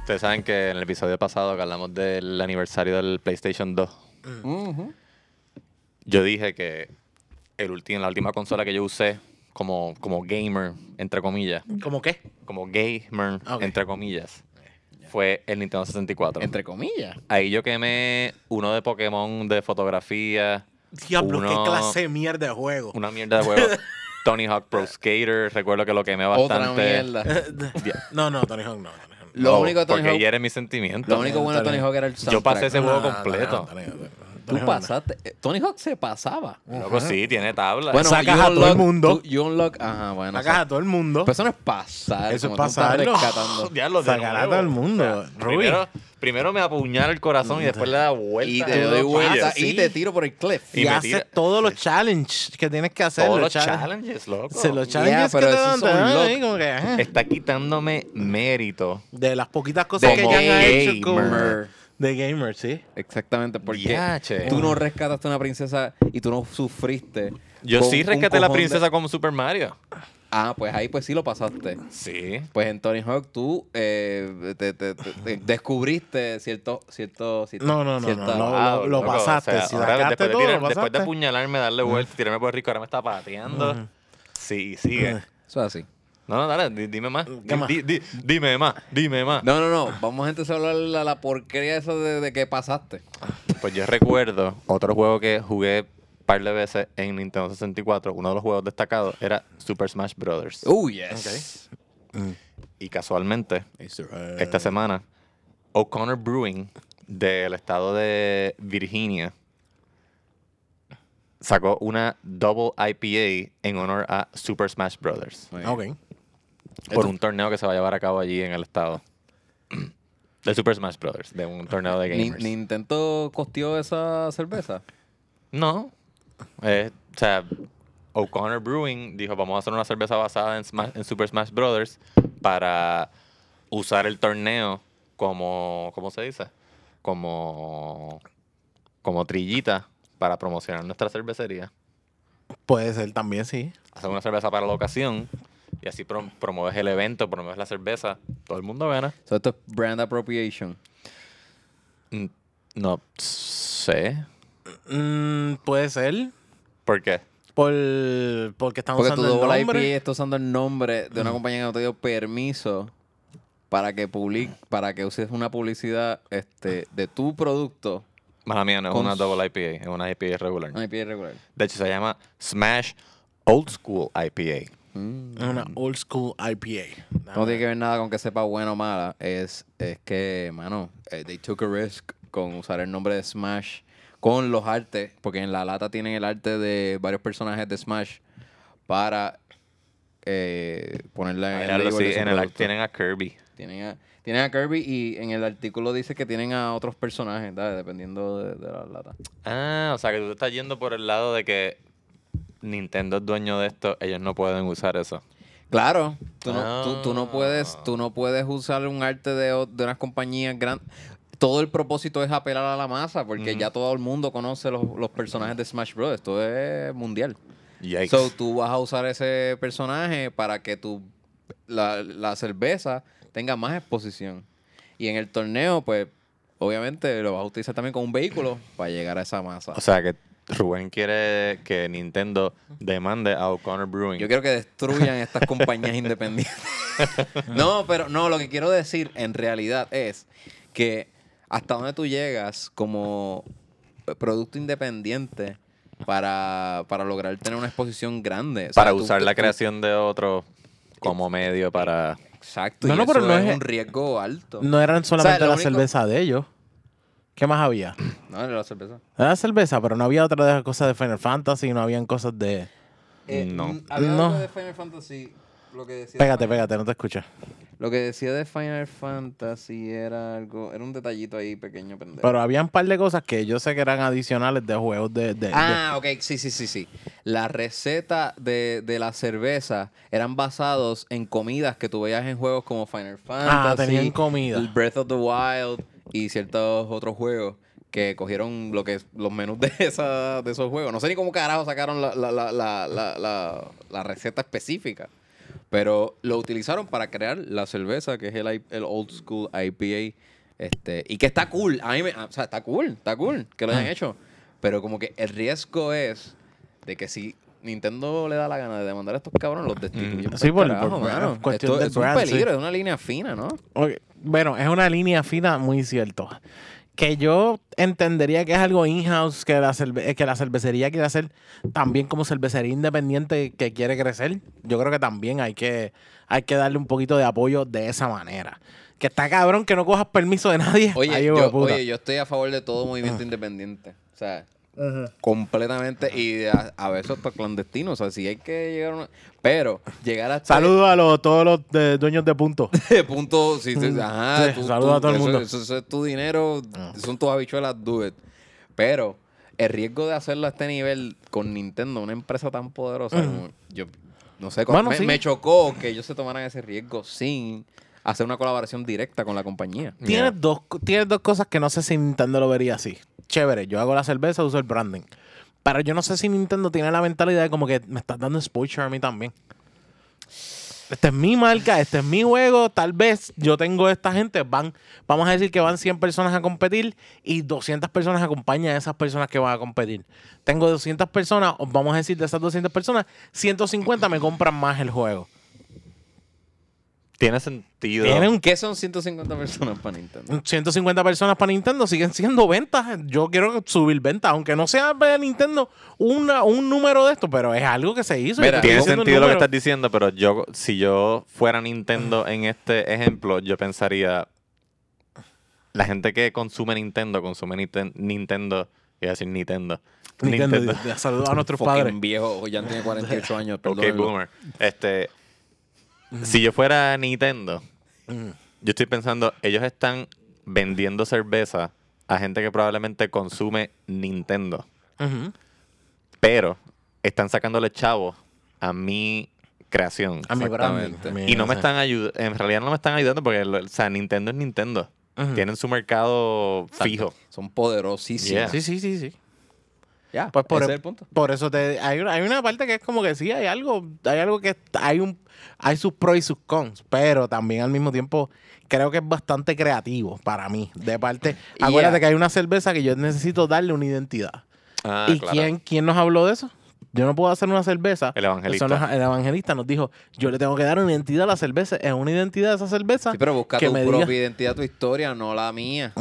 Speaker 1: Ustedes saben que en el episodio pasado que hablamos del aniversario del PlayStation 2,
Speaker 2: Ujú.
Speaker 1: yo dije que el ulti- la última consola que yo usé como, como gamer, entre comillas,
Speaker 3: ¿Cómo qué?
Speaker 1: como gamer,
Speaker 2: Ah,
Speaker 3: Ok.
Speaker 1: entre comillas, fue el Nintendo 64.
Speaker 2: Entre comillas.
Speaker 1: Ahí yo quemé uno de Pokémon, de fotografía,
Speaker 3: Diablo,
Speaker 1: Uno-
Speaker 3: qué clase de mierda de juego.
Speaker 1: una mierda de
Speaker 2: [laughs]
Speaker 1: juego. Tony Hawk Pro Skater, recuerdo que lo quemé bastante.
Speaker 2: Otra mierda.
Speaker 3: no, no, Tony Hawk no. Tony Hawk no.
Speaker 2: Lo
Speaker 1: No,
Speaker 2: único de Tony
Speaker 1: porque
Speaker 2: Hawk-
Speaker 1: hiere mis sentimientos.
Speaker 2: Lo único bueno de Tony Hawk era el soundtrack.
Speaker 1: Yo pasé ese juego
Speaker 3: No, no,
Speaker 1: completo.
Speaker 3: Tony Hawk, Tony Hawk,
Speaker 2: Tú
Speaker 3: Tony Hawk,
Speaker 2: pasaste. eh, Tony Hawk se pasaba.
Speaker 1: Loco, sí, tiene tabla.
Speaker 2: Bueno,
Speaker 3: Sacas
Speaker 2: you
Speaker 3: a todo
Speaker 2: unlock-
Speaker 3: el mundo.
Speaker 2: tú- you unlock- ajá, bueno.
Speaker 3: no. Sacas
Speaker 2: exacto.
Speaker 3: a todo el
Speaker 2: Pues,
Speaker 3: mundo.
Speaker 2: Pero eso no es pasar.
Speaker 3: Eso es
Speaker 2: como tú estás
Speaker 3: pasarlo. [laughs]
Speaker 2: rescatando.
Speaker 1: Ya lo de
Speaker 3: Sacará a
Speaker 1: nuevo.
Speaker 3: todo el mundo, Ruby.
Speaker 1: Primero, Primero me apuñala el corazón y después le da vuelta.
Speaker 2: Y
Speaker 1: Tú
Speaker 2: te doy
Speaker 1: lo
Speaker 2: vuelta
Speaker 1: pillas.
Speaker 2: y
Speaker 3: Sí.
Speaker 2: te tiro por el cliff.
Speaker 1: Y
Speaker 3: Y,
Speaker 1: me
Speaker 3: haces
Speaker 1: tira-
Speaker 3: todos los challenges que tienes que hacer.
Speaker 1: Todos
Speaker 3: los
Speaker 1: los
Speaker 3: challenge-
Speaker 1: challenges, loco.
Speaker 3: Se los
Speaker 2: Yeah,
Speaker 3: challenges
Speaker 2: pero
Speaker 3: que te
Speaker 2: esos
Speaker 3: dan, te
Speaker 2: son
Speaker 3: dan
Speaker 2: locos.
Speaker 3: ahí como que, ajá.
Speaker 1: Está quitándome mérito.
Speaker 3: De las poquitas cosas que
Speaker 1: Como
Speaker 3: ya han hecho
Speaker 2: gamer.
Speaker 3: como de gamer, sí.
Speaker 2: Exactamente, porque
Speaker 1: Diache.
Speaker 2: tú no rescataste a una princesa y tú no sufriste.
Speaker 1: Yo
Speaker 2: con
Speaker 1: sí
Speaker 2: un
Speaker 1: rescaté a la
Speaker 2: cojón de-
Speaker 1: princesa como Super Mario.
Speaker 2: Ah, pues ahí pues sí lo pasaste.
Speaker 1: Sí.
Speaker 2: Pues en Tony Hawk tú eh, te, te- te- te descubriste cierto, cierto, cierto-
Speaker 3: No, no, no,
Speaker 2: cierta- ah,
Speaker 3: no, no.
Speaker 1: Wow,
Speaker 3: lo- lo
Speaker 1: loco,
Speaker 3: pasaste, si
Speaker 1: ahora
Speaker 3: sacaste
Speaker 1: después, de
Speaker 3: todo,
Speaker 1: tirar-
Speaker 3: lo
Speaker 1: después de
Speaker 3: pasaste.
Speaker 1: apuñalarme, darle vuelta, tirarme por el rico, ahora me está pateando.
Speaker 3: Ujú.
Speaker 1: Sí, sigue.
Speaker 3: Ujú.
Speaker 2: Eso es así.
Speaker 1: No, no, dale, di- dime más. Di-
Speaker 3: más?
Speaker 1: di- di- dime más, dime más.
Speaker 2: No, no, no. Vamos entonces a hablar la, la porquería esa de, de que pasaste.
Speaker 1: Pues yo recuerdo otro juego que jugué un par de veces en Nintendo 64, uno de los juegos destacados era Super Smash Brothers.
Speaker 2: Uh, yes.
Speaker 1: Y casualmente, esta semana, O'Connor Brewing del estado de Virginia sacó una Double IPA en honor a Super Smash Brothers.
Speaker 2: Muy bien.
Speaker 3: Ok.
Speaker 1: por un torneo que se va a llevar a cabo allí en el estado. [clears throat] De Super Smash Brothers, de un torneo de
Speaker 2: Ni-
Speaker 1: gamers.
Speaker 2: Nintendo costeó esa cerveza.
Speaker 1: No. Eh, o sea, O'Connor Brewing dijo, vamos a hacer una cerveza basada en, Sma- en Super Smash Brothers para usar el torneo como, ¿cómo se dice? Como, como trillita para promocionar nuestra cervecería.
Speaker 3: Puede ser también, sí.
Speaker 1: Hacer una cerveza para la ocasión y así prom- promueves el evento, promueves la cerveza. Todo el mundo gana.
Speaker 2: So, esto es brand appropriation.
Speaker 1: Mm, No sé.
Speaker 3: Mm, puede ser.
Speaker 1: ¿Por qué?
Speaker 3: Por, porque estamos
Speaker 2: Porque tu
Speaker 3: usando el
Speaker 2: doble
Speaker 3: nombre.
Speaker 2: IP está usando el nombre de una compañía que no te dio permiso para que public, para que uses una publicidad este, de tu producto
Speaker 1: Mala mía, no es
Speaker 2: Con
Speaker 1: una
Speaker 2: s-
Speaker 1: double IPA, es una IPA regular.
Speaker 2: una IP regular.
Speaker 1: De hecho, se llama Smash Old School
Speaker 2: Eh,
Speaker 1: IPA.
Speaker 3: Una old school IPA.
Speaker 2: No tiene que ver nada con que sepa buena o mala. Es, es que, mano, eh, they took a risk con usar el nombre de Smash con los artes, porque en la lata tienen el arte de varios personajes de Smash para eh, ponerla en el,
Speaker 1: Míralo,
Speaker 2: label
Speaker 1: sí,
Speaker 2: de su
Speaker 1: en el ar-
Speaker 2: producto.
Speaker 1: tienen a Kirby.
Speaker 2: Tienen a, tienen a Kirby y en el artículo dice que tienen a otros personajes, ¿sabes? dependiendo de, de la lata.
Speaker 1: Ah, o sea que tú te estás yendo por el lado de que Nintendo es dueño de esto, ellos no pueden usar eso.
Speaker 2: Claro, tú no, tú, tú
Speaker 1: Ah.
Speaker 2: no puedes, tú no puedes usar un arte de, o- de unas compañías grandes. Todo el propósito es apelar a la masa, porque
Speaker 1: Ujú.
Speaker 2: ya todo el mundo conoce los, los personajes de Smash Bros. Esto es mundial.
Speaker 1: Yikes.
Speaker 2: So, tú vas a usar ese personaje para que tu la, la cerveza tenga más exposición. Y en el torneo, pues, obviamente lo vas a utilizar también con un vehículo para llegar a esa masa.
Speaker 1: o sea que Rubén quiere que Nintendo demande a O'Connor Brewing.
Speaker 2: Yo quiero que destruyan
Speaker 3: [laughs]
Speaker 2: estas compañías independientes. [laughs] no, pero no, lo que quiero decir en realidad es que hasta dónde tú llegas como producto independiente para, para lograr tener una exposición grande. O sea,
Speaker 1: para
Speaker 2: tú-
Speaker 1: usar la
Speaker 2: tú-
Speaker 1: creación de otro como medio para...
Speaker 2: Exacto.
Speaker 3: No,
Speaker 2: y
Speaker 3: no, pero
Speaker 2: eso
Speaker 3: no
Speaker 2: es,
Speaker 3: es-
Speaker 2: un riesgo alto.
Speaker 3: No eran solamente
Speaker 2: lo
Speaker 3: la
Speaker 2: único-
Speaker 3: cerveza de ellos. ¿Qué más había?
Speaker 2: No, era la cerveza.
Speaker 3: Era cerveza, pero no había otra de las cosas de Final Fantasy, no habían cosas de...
Speaker 1: Eh, No. n-
Speaker 3: había algo No.
Speaker 2: de
Speaker 3: de
Speaker 2: Final Fantasy. Lo que decía
Speaker 3: Pégate, pégate, no te escucho.
Speaker 2: Lo que decía de Final Fantasy era algo. Era un detallito ahí pequeño, pendejo.
Speaker 3: Pero había un par de cosas que yo sé que eran adicionales de juegos de... de- de-
Speaker 2: Ah, ok, sí, sí, sí, sí. La receta de, de la cerveza eran basados en comidas que tú veías en juegos como Final Fantasy.
Speaker 3: Ah, tenían comida.
Speaker 2: Breath of the Wild y ciertos otros juegos que cogieron lo que los menús de, [laughs] esa, de esos juegos. No sé ni cómo carajo sacaron la, la- la- la- la- la- la receta específica. Pero lo utilizaron para crear la cerveza, que es el, I- el Old School IPA. Este, y que está cool. A mí me- o sea, está cool, está cool que lo hayan
Speaker 3: Ah.
Speaker 2: hecho. Pero como que el riesgo es de que si Nintendo le da la gana de demandar a estos cabrones, los destituyen.
Speaker 3: Mm. Sí,
Speaker 2: pa'l
Speaker 3: por- por-
Speaker 2: mano.
Speaker 3: cuestión
Speaker 2: Esto
Speaker 3: del
Speaker 2: es un
Speaker 3: brand,
Speaker 2: peligro,
Speaker 3: sí.
Speaker 2: es una línea fina,
Speaker 3: [laughs]
Speaker 2: ¿no?
Speaker 3: Ok, Bueno, es una línea fina muy cierto. Que yo entendería que es algo in-house que, la cerve- eh, que la cervecería quiere hacer también como cervecería independiente que quiere crecer. Yo creo que también hay que, hay que darle un poquito de apoyo de esa manera. Que está cabrón que no cojas permiso de nadie.
Speaker 2: Oye,
Speaker 3: Ay, hijo de
Speaker 2: yo,
Speaker 3: puta. Ah.
Speaker 2: oye, yo estoy a favor de todo movimiento independiente. O sea, completamente y a, a veces hasta clandestino. O sea, si hay que llegar a una- Pero llegar hasta
Speaker 3: Saludos a los, todos los de- dueños de punto.
Speaker 2: de punto. Si, si-
Speaker 3: Mm.
Speaker 2: ajá,
Speaker 3: Sí, saluda a todo el
Speaker 2: eso-
Speaker 3: mundo. Ah.
Speaker 2: Eso, eso es tu dinero, son tus habichuelas, do it. Pero el riesgo de hacerlo a este nivel con Nintendo, una empresa tan poderosa, como yo no sé, como-
Speaker 3: Mm. Bueno,
Speaker 2: me,
Speaker 3: sí.
Speaker 2: me chocó que ellos se tomaran ese riesgo sin hacer una colaboración directa con la compañía.
Speaker 1: Yeah.
Speaker 3: Tienes, dos, co- tienes dos cosas que no sé si Nintendo lo vería así. Chévere, yo hago la cerveza, uso el branding. Pero yo no sé si Nintendo tiene la mentalidad de como que me estás dando exposure a mí también. Esta es mi marca, este es mi juego. Tal vez yo tengo esta gente, van, vamos a decir que van 100 personas a competir y 200 personas acompañan a esas personas que van a competir. Tengo 200 personas, o vamos a decir de esas 200 personas, 150 me compran más el juego.
Speaker 1: Tiene sentido.
Speaker 3: Tiene un
Speaker 2: ¿Qué son 150 personas para Nintendo?
Speaker 3: 150 personas para Nintendo siguen siendo ventas. Yo quiero subir ventas, aunque no sea para Nintendo una, un número de esto, pero es algo que se hizo.
Speaker 2: Mira,
Speaker 3: Yo te
Speaker 1: Tiene
Speaker 3: estoy diciendo
Speaker 1: sentido lo que
Speaker 3: un número.
Speaker 1: estás diciendo, pero yo, si yo fuera Nintendo en este ejemplo, yo pensaría, la gente que consume Nintendo, consume Niten- Nintendo, iba a decir Nintendo.
Speaker 3: Nintendo, ya saludos a nuestros padres.
Speaker 2: Fucking viejo, ya tiene 48 años,
Speaker 1: Ok,
Speaker 2: perdónenlo.
Speaker 1: boomer. Este,
Speaker 3: Mm.
Speaker 1: si yo fuera Nintendo, yo estoy pensando, ellos están vendiendo cerveza a gente que probablemente consume Nintendo,
Speaker 3: Ujú.
Speaker 1: pero están sacándole chavo a mi creación.
Speaker 3: A mi branding.
Speaker 2: Exactamente.
Speaker 1: Y no me están ayudando, en realidad no me están ayudando porque, lo- o sea, Nintendo es Nintendo.
Speaker 3: Ujú.
Speaker 1: Tienen su mercado
Speaker 2: Exacto.
Speaker 1: fijo.
Speaker 2: Son poderosísimos.
Speaker 1: Yeah.
Speaker 3: Sí, sí, sí, sí.
Speaker 2: Ya,
Speaker 3: Pues por,
Speaker 2: ese es el punto.
Speaker 3: por eso te, hay, una, hay una parte que es como que sí, hay algo, hay algo que hay un hay sus pros y sus cons, pero también al mismo tiempo creo que es bastante creativo para mí. De parte,
Speaker 2: Yeah.
Speaker 3: acuérdate que hay una cerveza que yo necesito darle una identidad.
Speaker 1: Ah,
Speaker 3: ¿Y
Speaker 1: claro.
Speaker 3: quién, quién nos habló de eso? Yo no puedo hacer una cerveza.
Speaker 1: El evangelista.
Speaker 3: Eso nos- el evangelista nos dijo, yo le tengo que dar una identidad a la cerveza. Es una identidad de esa cerveza.
Speaker 2: Sí, pero busca
Speaker 3: que
Speaker 2: tu
Speaker 3: me
Speaker 2: propia
Speaker 3: diga-
Speaker 2: identidad, tu historia, no la mía.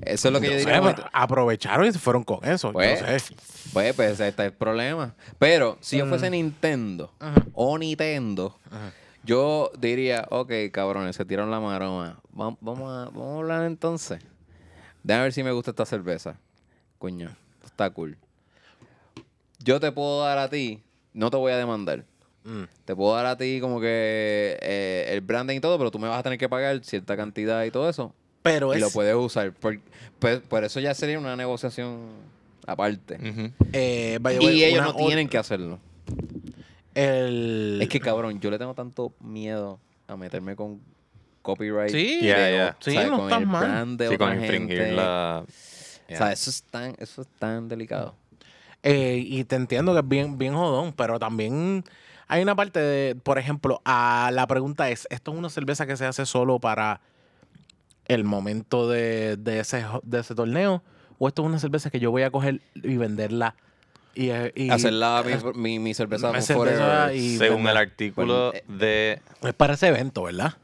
Speaker 2: Eso es lo que yo,
Speaker 3: Yo sé, pues.
Speaker 2: diría.
Speaker 3: pero aprovecharon y se fueron con eso.
Speaker 2: Pues,
Speaker 3: yo sé.
Speaker 2: pues, pues, ese está el problema. Pero si yo
Speaker 3: Mm.
Speaker 2: fuese Nintendo
Speaker 3: Ajá.
Speaker 2: o Nintendo, yo diría, ok, cabrones, se tiraron la maroma. Va- Vamos a, vamos a hablar entonces. Déjame ver si me gusta esta cerveza. Coño, está cool. Yo te puedo dar a ti, no te voy a demandar.
Speaker 3: Mm.
Speaker 2: Te puedo dar a ti como que eh, el branding y todo, pero tú me vas a tener que pagar cierta cantidad y todo eso.
Speaker 3: Pero
Speaker 2: y
Speaker 3: es,
Speaker 2: lo puedes usar. Por, por- por eso ya sería una negociación aparte.
Speaker 1: Ujú.
Speaker 3: eh, by the way,
Speaker 2: Y ellos
Speaker 3: una
Speaker 2: no
Speaker 3: o-
Speaker 2: tienen que hacerlo.
Speaker 3: el-
Speaker 2: Es que cabrón, yo le tengo tanto miedo a meterme con copyright.
Speaker 3: Sí,
Speaker 1: Yeah,
Speaker 2: de-
Speaker 1: yeah.
Speaker 3: Sí,
Speaker 2: ¿sabes?
Speaker 3: no
Speaker 2: con
Speaker 3: estás
Speaker 2: el
Speaker 3: mal.
Speaker 2: brand de
Speaker 1: Sí,
Speaker 2: otra
Speaker 1: con infringir
Speaker 2: gente.
Speaker 1: la... Yeah.
Speaker 2: O sea, eso es tan, eso es tan delicado.
Speaker 3: Eh, y te entiendo que es bien, bien jodón, pero también hay una parte de, por ejemplo, a la pregunta es, ¿esto es una cerveza que se hace solo para el momento de, de ese, jo- de ese torneo? ¿O esto es una cerveza que yo voy a coger y venderla? Y, eh, y-
Speaker 2: Hacer la, mi, mi, mi cerveza
Speaker 3: Mi
Speaker 2: forever.
Speaker 3: cerveza y-
Speaker 1: Según
Speaker 3: vender.
Speaker 1: el artículo
Speaker 2: Bueno, eh,
Speaker 1: de
Speaker 3: Es para ese evento, ¿verdad?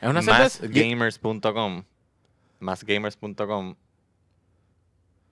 Speaker 3: Es una cerveza...
Speaker 1: masgamers.com, masgamers.com,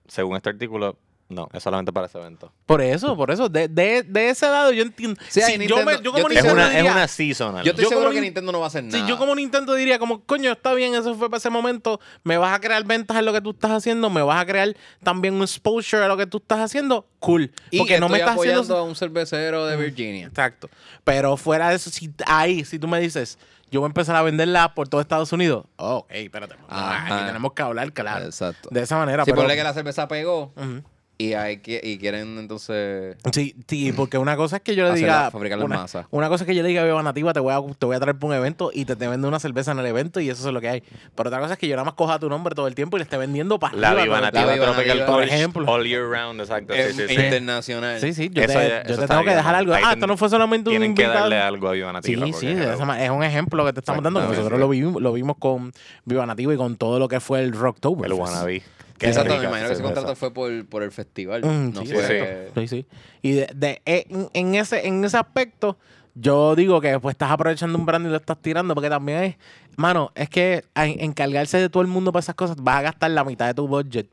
Speaker 1: según este artículo, no, es solamente para ese evento.
Speaker 3: Por eso, por eso. De, de- de ese lado yo entiendo.
Speaker 2: Sí, hay
Speaker 3: yo,
Speaker 2: Nintendo-
Speaker 3: me- yo como
Speaker 2: yo estoy
Speaker 1: Es
Speaker 3: Nintendo
Speaker 1: una, es
Speaker 3: diría-
Speaker 1: una seasonal.
Speaker 2: Yo estoy
Speaker 3: Yo
Speaker 2: seguro
Speaker 3: como
Speaker 2: que
Speaker 3: in-
Speaker 2: Nintendo no va a hacer
Speaker 3: Sí,
Speaker 2: nada.
Speaker 3: yo como Nintendo diría como, coño, está bien, eso fue para ese momento, me vas a crear ventas en lo que tú estás haciendo, me vas a crear también un exposure a lo que tú estás haciendo, cool.
Speaker 2: y
Speaker 3: Porque no me
Speaker 2: estoy
Speaker 3: estás
Speaker 2: apoyando
Speaker 3: haciendo...
Speaker 2: a un cervecero de Virginia.
Speaker 3: Exacto. Pero fuera de eso, si ahí, si tú me dices, yo voy a empezar a venderla por todo Estados Unidos, oh, ok, espérate,
Speaker 2: Ajá.
Speaker 3: aquí tenemos que hablar, claro.
Speaker 2: Exacto.
Speaker 3: De esa manera.
Speaker 2: Si
Speaker 3: pero-
Speaker 2: ponle que la cerveza pegó
Speaker 3: Ujú.
Speaker 2: y, hay que, y quieren entonces...
Speaker 3: Sí, sí, porque una cosa es que yo le
Speaker 2: Hacer
Speaker 3: diga.
Speaker 2: la- fabricar las
Speaker 3: una,
Speaker 2: masas.
Speaker 3: una cosa es que yo le diga beba nativa, te voy a, te voy a traer para un evento y te, te vendo una cerveza en el evento y eso es lo que hay. Pero otra cosa es que yo nada más coja tu nombre todo el tiempo y le esté vendiendo para
Speaker 1: la
Speaker 3: arriba
Speaker 1: viva
Speaker 3: todo el
Speaker 1: nativa
Speaker 2: Viva
Speaker 1: tropical
Speaker 2: Nativa.
Speaker 1: Punch,
Speaker 3: Por ejemplo.
Speaker 1: all year round, exacto. Sí,
Speaker 2: eh,
Speaker 1: sí, sí.
Speaker 2: internacional.
Speaker 3: Sí, sí, yo
Speaker 1: Eso
Speaker 3: te,
Speaker 1: ya-
Speaker 3: yo
Speaker 1: eso
Speaker 3: te
Speaker 1: está
Speaker 3: tengo que
Speaker 1: bien,
Speaker 3: dejar
Speaker 1: ¿no?
Speaker 3: algo.
Speaker 1: Ahí
Speaker 3: Ah,
Speaker 1: ten-
Speaker 3: esto no fue solamente un
Speaker 1: Tienen que
Speaker 3: invitado.
Speaker 1: darle algo a Viva Nativa.
Speaker 3: Sí,
Speaker 1: porque,
Speaker 3: sí, de
Speaker 1: hello.
Speaker 3: esa ma- es un ejemplo que te estamos dando. porque
Speaker 1: Exactamente.
Speaker 3: Nosotros lo vimos, lo vimos con Viva Nativa y con todo lo que fue el Rocktober.
Speaker 1: El wannabe. Qué
Speaker 2: Exacto,
Speaker 1: rica
Speaker 2: me imagino que ese
Speaker 1: cerveza.
Speaker 2: contrato fue por, por el festival.
Speaker 3: Mm,
Speaker 2: no
Speaker 3: sí,
Speaker 2: fue...
Speaker 3: exacto. Sí, sí. Y de, de- eh, en, en ese, en ese aspecto, yo digo que pues estás aprovechando un brand y lo estás tirando, porque también es, mano, es que a- encargarse de todo el mundo para esas cosas, vas a gastar la mitad de tu budget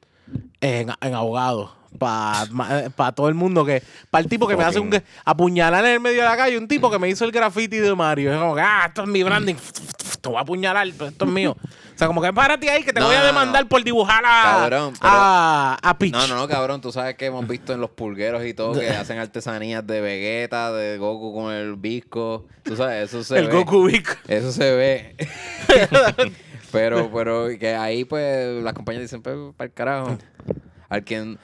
Speaker 3: en, en abogados. Para todo el mundo que. Para el tipo que me hace un.
Speaker 1: Fucking-
Speaker 3: Apuñalar en el medio de la calle, un tipo que me hizo el graffiti de Mario. Es como que, ah, esto es mi branding. esto va a apuñalar, pues, esto es mío. O sea, como que párate ahí que te
Speaker 2: No,
Speaker 3: voy a
Speaker 2: no, no,
Speaker 3: demandar
Speaker 2: no.
Speaker 3: por dibujar a,
Speaker 2: Cabrón, pero-
Speaker 3: a, a Peach.
Speaker 2: No, no, no, cabrón. Tú sabes que hemos visto en los pulgueros y todo que
Speaker 3: [laughs]
Speaker 2: hacen artesanías de Vegeta, de Goku con el Visco. Tú sabes, eso se
Speaker 3: El
Speaker 2: ve.
Speaker 3: Goku Vic.
Speaker 2: Eso se
Speaker 3: [laughs]
Speaker 2: ve. pero, pero que ahí pues las compañías dicen, pues, para el carajo. Al quien,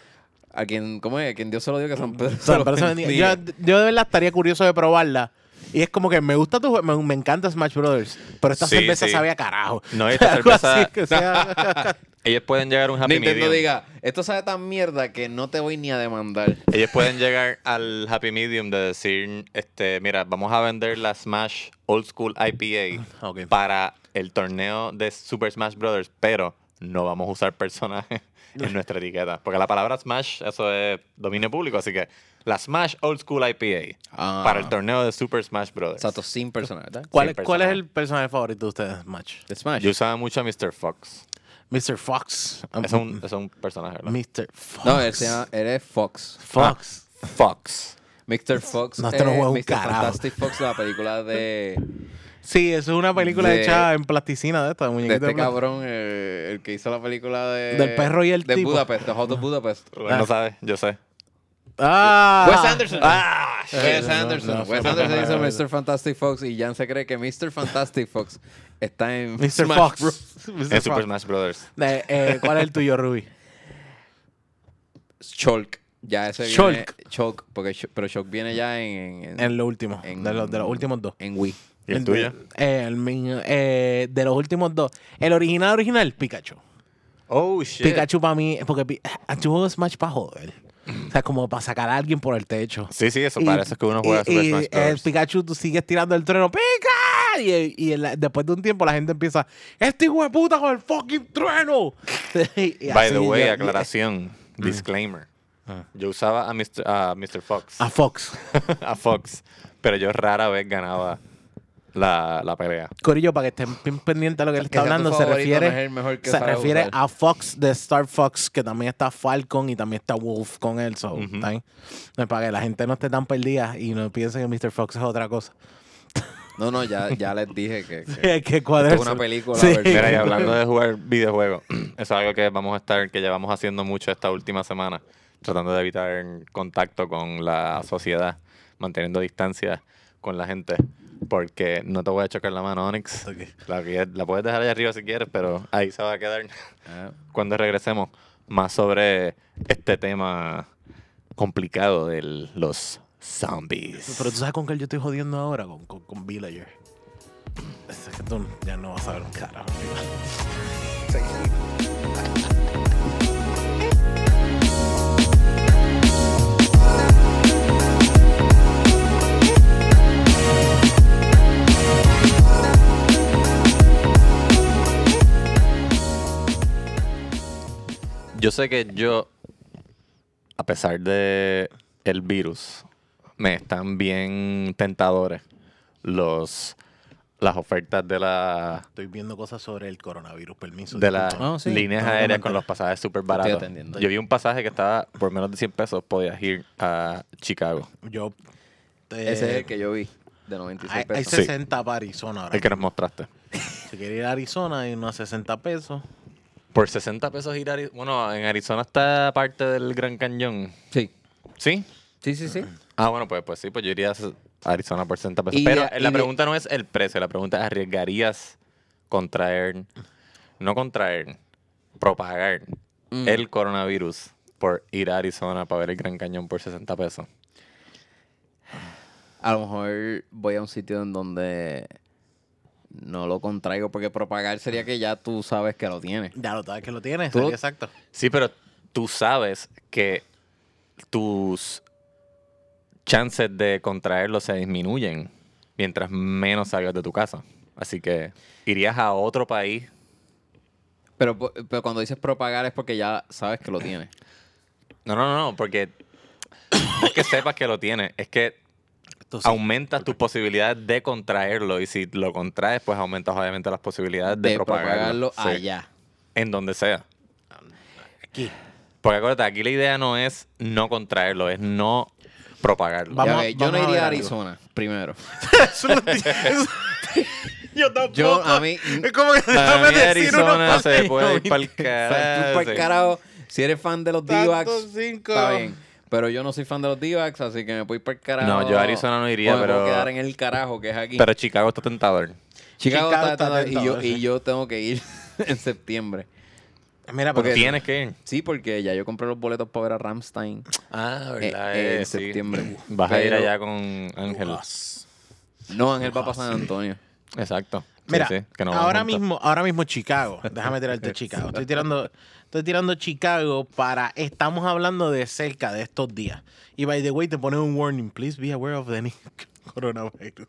Speaker 2: al quien, ¿cómo es? Al quien Dios se lo dio que San Pedro.
Speaker 3: O
Speaker 2: se
Speaker 3: sea, [laughs]
Speaker 2: lo
Speaker 3: pero eso vendía.
Speaker 2: bendiga.
Speaker 3: Yo, yo de verdad estaría curioso de probarla. Y es como que me gusta tu jue- me, me encanta Smash Brothers, pero esta
Speaker 1: Sí,
Speaker 3: cerveza
Speaker 1: sí.
Speaker 3: sabe a carajo. [laughs]
Speaker 1: No, y esta
Speaker 3: Algo así
Speaker 1: cerveza- [laughs]
Speaker 3: que sea-
Speaker 1: Ellos pueden llegar a un happy
Speaker 2: Nintendo
Speaker 1: medium.
Speaker 2: diga, esto sabe tan mierda que no te voy ni a demandar.
Speaker 1: Ellos pueden llegar al happy medium de decir, este, mira, vamos a vender la Smash Old School IPA
Speaker 2: Ah,
Speaker 3: Ok.
Speaker 1: para el torneo de Super Smash Brothers, pero no vamos a usar personajes en nuestra etiqueta. Porque la palabra Smash, eso es dominio público, así que la Smash Old School IPA
Speaker 2: Ah.
Speaker 1: para el torneo de Super Smash Brothers.
Speaker 2: Exacto, sin personal, ¿verdad?
Speaker 3: ¿Cuál,
Speaker 1: Sí,
Speaker 3: es- ¿Cuál es
Speaker 1: personaje.
Speaker 3: el personaje favorito de ustedes, Smash?
Speaker 2: De Smash. Ah,
Speaker 1: Yo usaba mucho a Mr. Fox.
Speaker 3: Mr. Fox.
Speaker 1: Es un, es un personaje, ¿verdad?
Speaker 3: Mr. Fox.
Speaker 2: No, él, se llama- él es Fox.
Speaker 3: Fox.
Speaker 1: Fox.
Speaker 2: Mr. Fox.
Speaker 3: No, este no
Speaker 2: es
Speaker 3: juega un
Speaker 2: Mr.
Speaker 3: carajo.
Speaker 2: Fantastic Fox, la película
Speaker 3: [laughs]
Speaker 2: de, este
Speaker 3: Sí, eso es una película
Speaker 2: De-
Speaker 3: hecha en plasticina de esta,
Speaker 2: de
Speaker 3: muñequita.
Speaker 2: este cabrón, eh, el que hizo la película de.
Speaker 3: Del perro y el
Speaker 2: de
Speaker 3: tipo.
Speaker 2: Budapest, de Hot of Budapest.
Speaker 1: Rubén No sabes, yo sé.
Speaker 3: Ah.
Speaker 2: [laughs] Wes Anderson.
Speaker 3: Ah, shit.
Speaker 2: Wes Anderson.
Speaker 3: No, no,
Speaker 2: Wes
Speaker 3: no,
Speaker 2: Anderson
Speaker 3: no, no, no.
Speaker 2: hizo Mr. Fantastic Fox y Jan se cree que Mr. Fantastic Fox está en
Speaker 3: Mr.
Speaker 2: Smash
Speaker 3: [laughs]
Speaker 2: Bros.
Speaker 3: Fox. Mr.
Speaker 1: En Super
Speaker 3: Fox.
Speaker 1: Smash Brothers.
Speaker 3: Eh, eh, ¿Cuál es el tuyo, Ruby?
Speaker 2: Chalk. Ya ese
Speaker 3: Shulk.
Speaker 2: viene Chalk, porque Sh- pero Chalk viene ya en en,
Speaker 3: En lo último. de, los, de los últimos dos.
Speaker 2: en Wii.
Speaker 1: ¿Y el
Speaker 3: de-
Speaker 1: tuyo?
Speaker 3: eh, el mío, eh, de los últimos dos. El original, original, Pikachu.
Speaker 1: Oh, shit.
Speaker 3: Pikachu para mí, porque Pi- ah, yo juego Smash para joder. O sea, como para sacar a alguien por el techo.
Speaker 1: Sí, sí, eso
Speaker 3: Y-
Speaker 1: parece que uno juega
Speaker 3: y-
Speaker 1: Super
Speaker 3: y
Speaker 1: Smash
Speaker 3: el
Speaker 1: Bros.
Speaker 3: Pikachu, tú sigues tirando el trueno, ¡pica! Y, y el- después de un tiempo la gente empieza, ¡este hijo de puta con el fucking trueno! [laughs] Y
Speaker 1: By
Speaker 3: así
Speaker 1: the way,
Speaker 3: yo-
Speaker 1: aclaración, disclaimer. Yo usaba a Mr. a Mr. Fox,
Speaker 3: A Fox.
Speaker 1: a Fox, pero yo rara vez ganaba la, la pelea.
Speaker 3: Corillo, para que estén bien pendientes de lo que él
Speaker 2: Que
Speaker 3: está
Speaker 2: sea tu
Speaker 3: hablando, se
Speaker 2: favorito,
Speaker 3: refiere,
Speaker 2: no es el mejor que
Speaker 3: se
Speaker 2: sabe
Speaker 3: refiere
Speaker 2: jugar.
Speaker 3: a Fox de Star Fox, que también está Falcon y también está Wolf con él. So, ¿está bien? No, Para que la gente no esté tan perdida y no piense que Mr. Fox es otra cosa.
Speaker 2: No, no, ya, ya les dije que, que-
Speaker 3: Hay [laughs] que cuadrar
Speaker 2: Esto es
Speaker 3: eso.
Speaker 2: una película,
Speaker 3: Sí.
Speaker 2: versión-
Speaker 1: Mira, y hablando de
Speaker 3: [laughs]
Speaker 1: jugar videojuegos, [clears throat] eso es algo que vamos a estar, que llevamos haciendo mucho esta última semana, tratando de evitar contacto con la sociedad, manteniendo distancia con la gente, porque no te voy a chocar la mano, Onyx.
Speaker 3: Ok.
Speaker 1: La, que- la puedes dejar allá arriba si quieres, pero ahí se va a quedar.
Speaker 2: Ah,
Speaker 1: cuando regresemos más sobre este tema complicado de los zombies.
Speaker 3: Pero tú sabes con qué yo estoy jodiendo ahora, con, con, con Villager. Es que tú ya no vas a ver un carajo.
Speaker 1: Yo sé que yo, a pesar de el virus, me están bien tentadores los las ofertas de la
Speaker 3: Estoy viendo cosas sobre el coronavirus, permiso.
Speaker 1: de
Speaker 3: disculpa.
Speaker 1: las
Speaker 2: Ah, sí.
Speaker 1: líneas
Speaker 2: Ah,
Speaker 1: aéreas
Speaker 2: adelante.
Speaker 1: con los pasajes súper baratos.
Speaker 2: atendiendo.
Speaker 1: Yo vi un pasaje que estaba por menos de 100 pesos, podías ir a Chicago.
Speaker 3: Yo. eh, ah,
Speaker 2: ese es el que yo vi, de 96
Speaker 3: hay, hay
Speaker 2: pesos.
Speaker 1: Sí.
Speaker 3: 60 para Arizona ahora.
Speaker 1: El que nos mostraste.
Speaker 3: Si quieres ir a Arizona, y unos 60 pesos.
Speaker 1: Por 60 pesos ir a Ari- Bueno, en Arizona está parte del Gran Cañón.
Speaker 2: Sí,
Speaker 1: ¿Sí?
Speaker 2: sí, sí, sí.
Speaker 1: Ah, bueno, pues, pues sí, pues yo iría a Arizona por 60 pesos.
Speaker 2: Y
Speaker 1: Pero
Speaker 2: de-
Speaker 1: eh, la
Speaker 2: y de-
Speaker 1: pregunta no es el precio, la pregunta es ¿arriesgarías contraer, no contraer, propagar
Speaker 2: Mm.
Speaker 1: el coronavirus por ir a Arizona para ver el Gran Cañón por 60 pesos?
Speaker 2: A lo mejor voy a un sitio en donde no lo contraigo, porque propagar sería que ya tú sabes que lo tienes.
Speaker 3: Ya lo sabes que lo tienes.
Speaker 2: Tú-
Speaker 3: sería Exacto.
Speaker 1: Sí, pero tú sabes que tus chances de contraerlo se disminuyen mientras menos salgas de tu casa. Así que irías a otro país.
Speaker 2: Pero, po- pero cuando dices propagar es porque ya sabes que lo tienes.
Speaker 1: No, no, no, no, porque no es que sepas que lo tienes, es que
Speaker 3: Entonces,
Speaker 1: aumentas tus posibilidades de contraerlo y si lo contraes, pues aumentas obviamente las
Speaker 3: Ah,
Speaker 1: posibilidades de,
Speaker 2: De propagarlo,
Speaker 1: Sí,
Speaker 2: allá.
Speaker 1: En donde sea.
Speaker 3: aquí.
Speaker 1: Porque acuérdate, aquí la idea no es no contraerlo, es no propagarlo.
Speaker 3: Vamos
Speaker 2: Ya
Speaker 3: a-
Speaker 2: ve, yo
Speaker 3: vamos a
Speaker 2: no iría
Speaker 3: ver
Speaker 2: a
Speaker 3: algo. [laughs]
Speaker 2: Arizona primero.
Speaker 3: Eso lo ti- eso- Yo tampoco.
Speaker 2: Yo, a
Speaker 3: [laughs]
Speaker 2: mí-
Speaker 3: Es como que
Speaker 1: Para
Speaker 3: [laughs] déjame
Speaker 1: mí
Speaker 3: decir
Speaker 1: um, Arizona
Speaker 3: uno
Speaker 1: se
Speaker 3: para
Speaker 1: puede
Speaker 3: [laughs] mí.
Speaker 1: ir para el
Speaker 2: O sea, tú
Speaker 1: carajo.
Speaker 2: pa'l carajo, si eres fan de los
Speaker 3: Tanto
Speaker 2: D-Backs,
Speaker 3: cinco.
Speaker 2: está bien. Pero yo no soy fan de los D-Backs, así que me puedo ir para el carajo.
Speaker 1: No, yo a Arizona no iría,
Speaker 2: O me puedo
Speaker 1: pero-
Speaker 2: quedar en el carajo, que es aquí.
Speaker 1: Pero Chicago está tentador.
Speaker 2: Chicago,
Speaker 3: Chicago
Speaker 2: está-
Speaker 3: está
Speaker 2: está- y, yo,
Speaker 3: tentador, sí.
Speaker 2: y yo tengo que ir [laughs] en septiembre.
Speaker 3: Mira,
Speaker 1: Porque
Speaker 3: pero
Speaker 1: tienes que ir.
Speaker 2: Sí, porque ya yo compré los boletos para ver a Ramstein
Speaker 1: Ah,
Speaker 2: verdad, eh, sí.
Speaker 1: Vas a ir
Speaker 2: Pero-
Speaker 1: allá con Ángel.
Speaker 3: Lucas.
Speaker 2: No, Ángel va para San Antonio.
Speaker 1: Exacto. Sí,
Speaker 3: Mira,
Speaker 1: sí, que nos vamos
Speaker 3: ahora
Speaker 1: juntos.
Speaker 3: mismo, ahora mismo Chicago.
Speaker 1: [laughs]
Speaker 3: Déjame tirarte Chicago. Estoy tirando, estoy tirando Chicago para. Estamos hablando de cerca de estos días. Y by the way, te pone un warning. Please be aware of the [laughs] new coronavirus.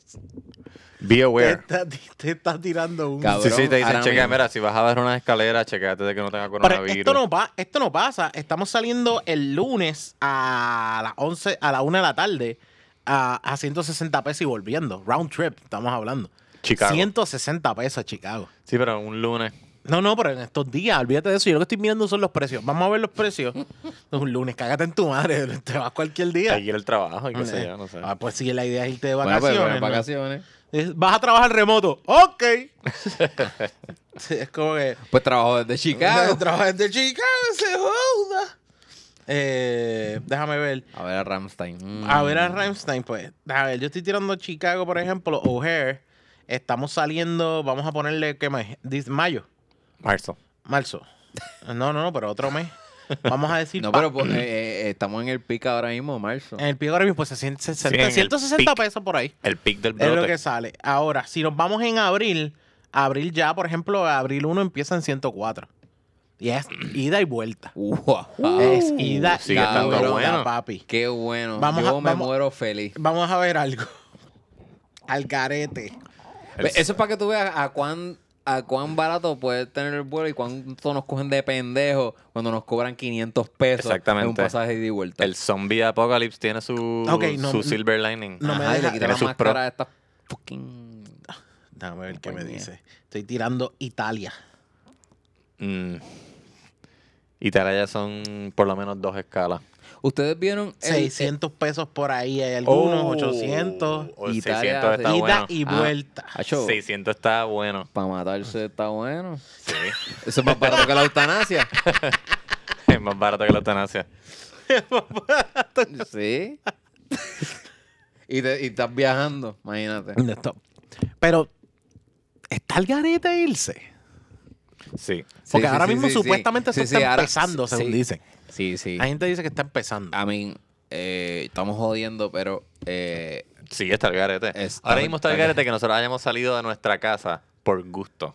Speaker 1: Be
Speaker 3: Te
Speaker 1: aware.
Speaker 3: está, te está tirando un.
Speaker 2: Cabrón,
Speaker 1: Sí, sí, te dicen,
Speaker 2: ahora
Speaker 1: checa,
Speaker 2: mismo.
Speaker 1: mira, si vas a dar una escalera, checate de que no tenga
Speaker 3: Pero
Speaker 1: coronavirus.
Speaker 3: esto no, pa- esto no pasa. Estamos saliendo el lunes a las 11, a la 1 de la tarde a, a 160 pesos y volviendo. Round trip, estamos hablando.
Speaker 1: Chicago.
Speaker 3: 160 pesos a Chicago.
Speaker 1: Sí, pero un lunes.
Speaker 3: No, no, pero en estos días, olvídate de eso. Yo lo que estoy mirando son los precios. Vamos a ver los precios. [laughs] un lunes, cágate en tu madre. [laughs] Te vas cualquier día.
Speaker 1: Hay que ir al trabajo y qué sé yo, no sé.
Speaker 3: Ah, pues sí, la idea es irte de
Speaker 2: Bueno,
Speaker 3: vacaciones.
Speaker 2: pues, bueno,
Speaker 3: ¿no?
Speaker 2: vacaciones.
Speaker 3: Es- Vas a trabajar remoto.
Speaker 1: [laughs]
Speaker 3: Ok. [laughs] Sí, es como que.
Speaker 2: Pues trabajo desde
Speaker 3: [laughs]
Speaker 2: Chicago.
Speaker 3: Trabajar de Chicago, se joda. Eh, déjame ver.
Speaker 2: A ver a Mm. Ramstein.
Speaker 3: A ver a Rammstein, pues. A ver, yo estoy tirando Chicago, por ejemplo, O'Hare. Estamos saliendo, vamos a ponerle, ¿qué mes? Dis- Mayo,
Speaker 1: Marzo.
Speaker 3: marzo. No, no, no, pero otro mes. Vamos a decir...
Speaker 2: [laughs] No,
Speaker 3: pa-
Speaker 2: pero pues, eh, eh, estamos en el pico ahora mismo, marzo.
Speaker 3: En el pico ahora mismo, pues, se siente- se
Speaker 1: en
Speaker 3: siente
Speaker 1: el
Speaker 3: 160
Speaker 1: pic.
Speaker 3: pesos por ahí.
Speaker 1: El pic del
Speaker 3: Es
Speaker 1: brote.
Speaker 3: lo que sale. Ahora, si nos vamos en abril, abril ya, por ejemplo, abril 1 empieza en 104. Y es ida y vuelta.
Speaker 2: Wow.
Speaker 3: es ida y
Speaker 1: sigue estando
Speaker 3: vuelta,
Speaker 1: bueno.
Speaker 3: papi.
Speaker 2: Qué bueno.
Speaker 3: Vamos
Speaker 2: Yo
Speaker 3: a-
Speaker 2: me
Speaker 3: vamos-
Speaker 2: muero feliz.
Speaker 3: Vamos a ver algo. Al carete.
Speaker 1: El-
Speaker 2: Ve, Pues, Eso es para que tú veas a cuán, a cuán barato puedes tener el vuelo y cuánto nos cogen de pendejo cuando nos cobran 500 pesos en un
Speaker 1: Exactamente.
Speaker 2: pasaje de ida y vuelta.
Speaker 1: El zombie apocalypse tiene su,
Speaker 3: Ok, no,
Speaker 1: su
Speaker 3: no.
Speaker 1: silver lining.
Speaker 3: No me
Speaker 2: Ajá, y
Speaker 3: deja-
Speaker 2: le quitan
Speaker 1: tiene
Speaker 2: la
Speaker 1: sus
Speaker 2: máscara
Speaker 1: pros.
Speaker 2: a esta fucking...
Speaker 3: Déjame ver qué me
Speaker 2: Compañía.
Speaker 3: dice. Estoy tirando Italia.
Speaker 1: Mm. Italia ya son por lo menos dos escalas.
Speaker 2: ¿Ustedes vieron
Speaker 3: eh,
Speaker 2: el-
Speaker 3: 600 pesos por ahí. Hay algunos
Speaker 1: Oh,
Speaker 3: 800.
Speaker 1: o
Speaker 2: Italia,
Speaker 1: 600 Oh, está
Speaker 3: ida
Speaker 1: bueno.
Speaker 3: y
Speaker 2: Ah.
Speaker 3: vuelta.
Speaker 2: Ah, cho,
Speaker 1: 600 está bueno.
Speaker 2: Para matarse está bueno.
Speaker 1: Sí. [laughs]
Speaker 2: Eso es más barato que la [laughs] eutanasia.
Speaker 1: es más barato que la eutanasia.
Speaker 2: Sí. y, te- y estás viajando, imagínate.
Speaker 3: No, stop. Pero está el garete irse.
Speaker 1: Sí.
Speaker 3: Porque
Speaker 2: sí,
Speaker 3: ahora
Speaker 2: sí,
Speaker 3: mismo
Speaker 2: sí, sí.
Speaker 3: supuestamente
Speaker 2: Sí,
Speaker 3: esto
Speaker 2: sí,
Speaker 3: está
Speaker 2: ahora-
Speaker 3: empezando,
Speaker 2: sí,
Speaker 3: según
Speaker 2: sí.
Speaker 3: dicen.
Speaker 2: Sí, sí. Ah,
Speaker 3: Hay gente que dice que está empezando.
Speaker 2: I mean, eh, estamos jodiendo, pero eh,
Speaker 1: Sí, está el garete.
Speaker 2: Está
Speaker 1: Ahora mismo está el
Speaker 2: el
Speaker 1: garete que nosotros hayamos salido de nuestra casa por gusto,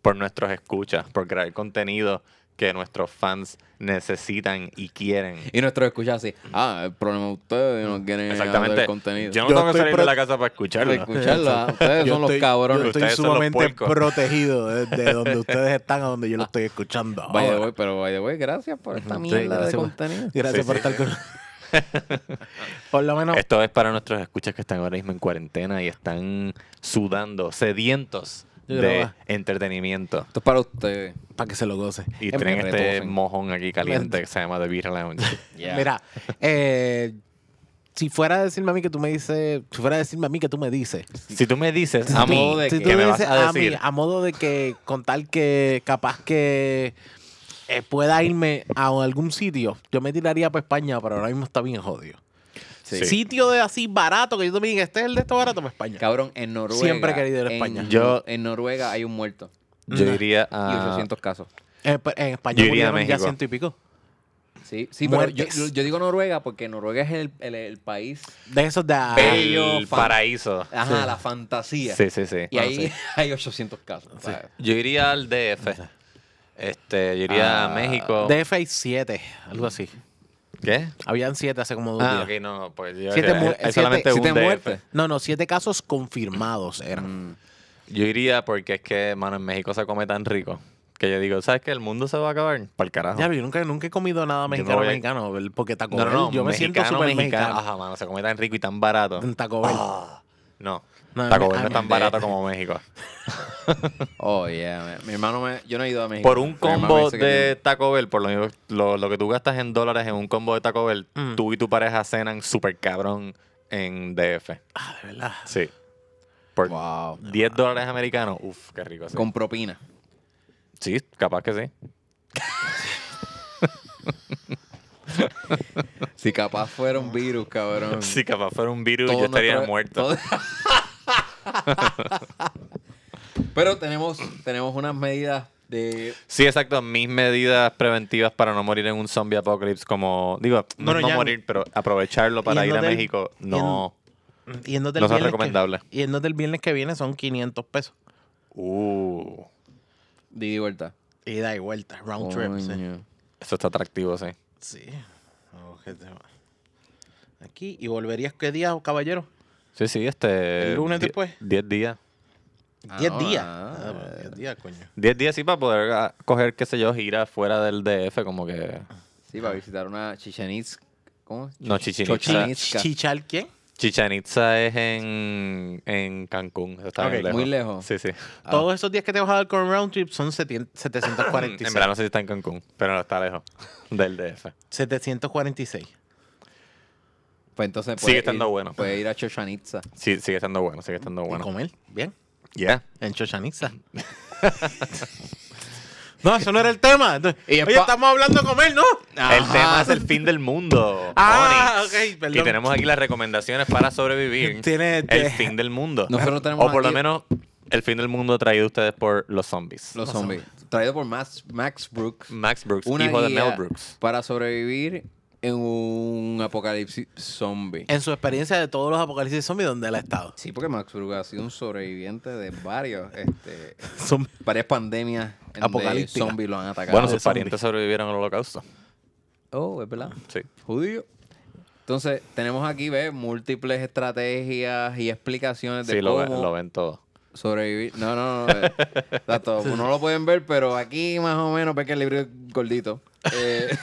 Speaker 1: por nuestros escuchas, por crear contenido que nuestros fans necesitan y quieren.
Speaker 2: Y nuestros escuchas así, ah, el problema de ustedes no quieren hacer
Speaker 1: Exactamente.
Speaker 2: el contenido.
Speaker 1: Yo no
Speaker 3: Yo
Speaker 1: tengo que
Speaker 3: estoy
Speaker 1: salir
Speaker 3: pro-
Speaker 1: de la casa para escucharlo.
Speaker 2: Para escucharlo, ah, ustedes
Speaker 3: Yo
Speaker 2: son los
Speaker 3: estoy- Yo
Speaker 2: cabrones.
Speaker 3: estoy
Speaker 1: Ustedes son los
Speaker 3: sumamente
Speaker 1: puercos.
Speaker 3: protegido desde donde ustedes están a donde yo lo estoy escuchando.
Speaker 2: By the
Speaker 3: ahora.
Speaker 2: way, pero by the way, gracias por esta
Speaker 1: Sí,
Speaker 2: mierda de
Speaker 3: gracias por-
Speaker 2: contenido.
Speaker 1: Sí,
Speaker 3: Gracias
Speaker 1: sí,
Speaker 3: por estar
Speaker 1: sí.
Speaker 3: con
Speaker 1: [laughs]
Speaker 3: Por lo menos.
Speaker 1: Esto es para nuestros escuchas que están ahora mismo en cuarentena y están sudando, sedientos
Speaker 3: Yo
Speaker 1: de
Speaker 3: grababa.
Speaker 1: entretenimiento.
Speaker 2: Esto es para ustedes.
Speaker 3: Para que se lo goce.
Speaker 1: Y
Speaker 2: Em-
Speaker 1: tienen este
Speaker 2: me retosen.
Speaker 1: mojón aquí caliente que se llama The Beer Lounge.
Speaker 3: Mira, eh, si fuera a decirme a mí que tú me dices, si fuera a decirme a mí que tú me dices,
Speaker 1: Si tú me dices a
Speaker 2: tú-
Speaker 1: mí
Speaker 2: de
Speaker 1: que
Speaker 3: si tú
Speaker 1: me vas
Speaker 3: dices
Speaker 1: a
Speaker 3: mí,
Speaker 1: decir
Speaker 3: a modo de que con tal que capaz que eh, pueda irme a algún sitio, yo me tiraría para España, pero ahora mismo está bien jodido.
Speaker 1: Sí.
Speaker 3: Sitio de así barato que yo también diga, este es el de esto barato para España.
Speaker 2: Cabrón, en Noruega.
Speaker 3: Siempre he querido ir a España. Ah.
Speaker 2: En,
Speaker 1: Yo-
Speaker 2: en Noruega hay un muerto
Speaker 1: yo iría
Speaker 2: y
Speaker 1: a
Speaker 2: 800 casos.
Speaker 3: Eh, pero en España
Speaker 1: Yo iría a
Speaker 3: murieron ya
Speaker 1: México.
Speaker 3: ciento y pico.
Speaker 2: Sí, sí, pero yo,
Speaker 3: Muertes.
Speaker 2: yo- yo digo Noruega porque Noruega es el, el- el país.
Speaker 3: De esos de ah,
Speaker 2: Bello,
Speaker 1: el
Speaker 2: fan-
Speaker 1: paraíso.
Speaker 2: Ajá, la fantasía.
Speaker 1: Sí, sí, sí.
Speaker 2: Y ahí [laughs] hay 800 casos. ¿sabes?
Speaker 1: Yo iría al DF. Este, yo iría a
Speaker 2: Ah,
Speaker 1: México.
Speaker 3: DF hay siete, algo así.
Speaker 1: ¿Qué?
Speaker 3: Habían siete hace como dos
Speaker 1: Ah,
Speaker 3: días.
Speaker 1: ok, no, pues yo
Speaker 3: Siete mu-
Speaker 1: hay-
Speaker 3: siete-
Speaker 1: hay solamente
Speaker 2: siete
Speaker 1: un Mm, DF.
Speaker 2: muertes.
Speaker 3: No, no, siete casos confirmados eran.
Speaker 1: Yo iría porque es que, mano, en México se come tan rico que yo digo, ¿sabes qué? El mundo se va a acabar para el carajo.
Speaker 3: Ya, pero yo nunca, nunca he comido nada
Speaker 1: me
Speaker 3: mexicano
Speaker 1: voy a-
Speaker 3: mexicano, el- porque Taco
Speaker 1: no, no,
Speaker 3: Bell,
Speaker 1: no,
Speaker 3: yo me siento
Speaker 1: mexicano,
Speaker 3: súper mexicano.
Speaker 1: Ajá, mano, se come tan rico y tan barato.
Speaker 3: En Taco Bell.
Speaker 1: Ah, no,
Speaker 3: No,
Speaker 1: Taco
Speaker 3: me-
Speaker 1: Bell no es
Speaker 3: I'm
Speaker 1: tan
Speaker 2: dead.
Speaker 1: barato como México.
Speaker 2: Oh, yeah. Mi, mi hermano, me, yo no he ido a México.
Speaker 1: Por un
Speaker 2: Mi hermano me
Speaker 1: combo
Speaker 2: dice que
Speaker 1: de Taco Bell, por lo, mismo- lo, lo que tú gastas en dólares en un combo de Taco Bell,
Speaker 3: Mm.
Speaker 1: tú y tu pareja cenan súper cabrón en DF.
Speaker 3: Ah, de verdad.
Speaker 1: Sí. por
Speaker 2: Wow.
Speaker 1: 10 dólares americanos, uff, qué rico. así.
Speaker 2: Con propina.
Speaker 1: Sí, capaz que sí.
Speaker 2: Si capaz fuera un virus, cabrón.
Speaker 1: Si capaz fuera un virus,
Speaker 2: Todo
Speaker 1: yo estaría
Speaker 2: nuestro-
Speaker 1: muerto.
Speaker 2: todo- [laughs] Pero tenemos, tenemos unas medidas de.
Speaker 1: Sí, exacto. Mis medidas preventivas para no morir en un zombie apocalypse, como digo, no,
Speaker 3: Bueno,
Speaker 1: no
Speaker 3: ya-
Speaker 1: morir, pero aprovecharlo para ir a
Speaker 3: Yéndote al-
Speaker 1: México, no.
Speaker 3: Yéndote el
Speaker 1: No son
Speaker 3: viernes que-
Speaker 1: recomendables.
Speaker 3: Yéndote el viernes que viene son 500 pesos.
Speaker 1: Uh,
Speaker 2: de ida y vuelta.
Speaker 3: Ida y vuelta, round trip. sí.
Speaker 2: Coño.
Speaker 1: eso está atractivo, sí.
Speaker 3: Sí. Ok, te va. Aquí. ¿Y volverías qué día, caballero?
Speaker 1: Sí, sí, este.
Speaker 3: ¿El lunes
Speaker 1: die-
Speaker 3: después?
Speaker 1: 10 días.
Speaker 3: 10
Speaker 2: Ah,
Speaker 3: días.
Speaker 2: ah.
Speaker 3: Ah, pues, 10 días, coño.
Speaker 1: 10 días, sí, para poder ah, coger, qué sé yo, giras fuera del DF, como que.
Speaker 2: Sí, para visitar una Chichenitz. ¿Cómo? es?
Speaker 1: No, Chichen Itza.
Speaker 2: Chochin- Isca.
Speaker 3: ¿Chichar quién?
Speaker 1: Chichen Itza es en, en Cancún. eso está
Speaker 3: Ok,
Speaker 1: bien lejos.
Speaker 2: muy lejos.
Speaker 1: Sí, sí.
Speaker 2: Ah.
Speaker 3: Todos esos días que te vas a dar con round trip son 70-
Speaker 1: [clears throat] En
Speaker 3: 746.
Speaker 1: verdad no sé si está en Cancún, pero no está lejos del DF.
Speaker 3: 746.
Speaker 2: Pues entonces.
Speaker 1: Sigue
Speaker 2: puede
Speaker 1: estando
Speaker 2: ir-
Speaker 1: bueno.
Speaker 2: Puede ir a Chochanitza.
Speaker 1: Sí, sigue estando bueno, sigue estando
Speaker 3: Y
Speaker 1: Oh, bueno.
Speaker 3: comer, bien,
Speaker 1: Yeah. [laughs]
Speaker 3: en Chochaniza. no, eso no era el tema. Entonces,
Speaker 2: Y es
Speaker 3: Oye,
Speaker 2: pa-
Speaker 3: estamos hablando de comer, ¿no?
Speaker 1: Ah, El tema es el fin del mundo.
Speaker 3: Ah,
Speaker 1: Bonnie.
Speaker 3: ok, perdón.
Speaker 1: Y tenemos aquí las recomendaciones para sobrevivir.
Speaker 3: Tiene-
Speaker 1: el
Speaker 3: te-
Speaker 1: fin del mundo.
Speaker 2: Nosotros tenemos
Speaker 1: o por lo
Speaker 2: aquí-
Speaker 1: menos el fin del mundo traído a ustedes por los zombies.
Speaker 2: Los zombies. Traído por Max, Max Brooks.
Speaker 1: Max Brooks,
Speaker 2: Una
Speaker 1: hijo de
Speaker 2: guía
Speaker 1: Mel Brooks.
Speaker 2: Para sobrevivir en un apocalipsis zombie.
Speaker 3: En su experiencia de todos los apocalipsis zombies donde él ha estado.
Speaker 2: Sí, porque Max Brooks ha sido un sobreviviente de varios, este,
Speaker 3: Son-
Speaker 2: varias pandemias en donde
Speaker 3: Apocalíptica.
Speaker 2: zombies lo han atacado.
Speaker 1: Bueno,
Speaker 3: de
Speaker 1: sus
Speaker 3: zombies.
Speaker 1: parientes sobrevivieron al holocausto.
Speaker 2: oh, es verdad.
Speaker 1: Sí.
Speaker 2: Judío. Entonces, tenemos aquí, ¿ves? Múltiples estrategias y explicaciones de
Speaker 1: Sí, lo,
Speaker 2: cómo
Speaker 1: ven- lo ven todo.
Speaker 2: sobrevivir. No, no, no.
Speaker 1: [laughs]
Speaker 2: eh, Exacto. No lo pueden ver, pero aquí más o menos ve que el libro es gordito. Eh,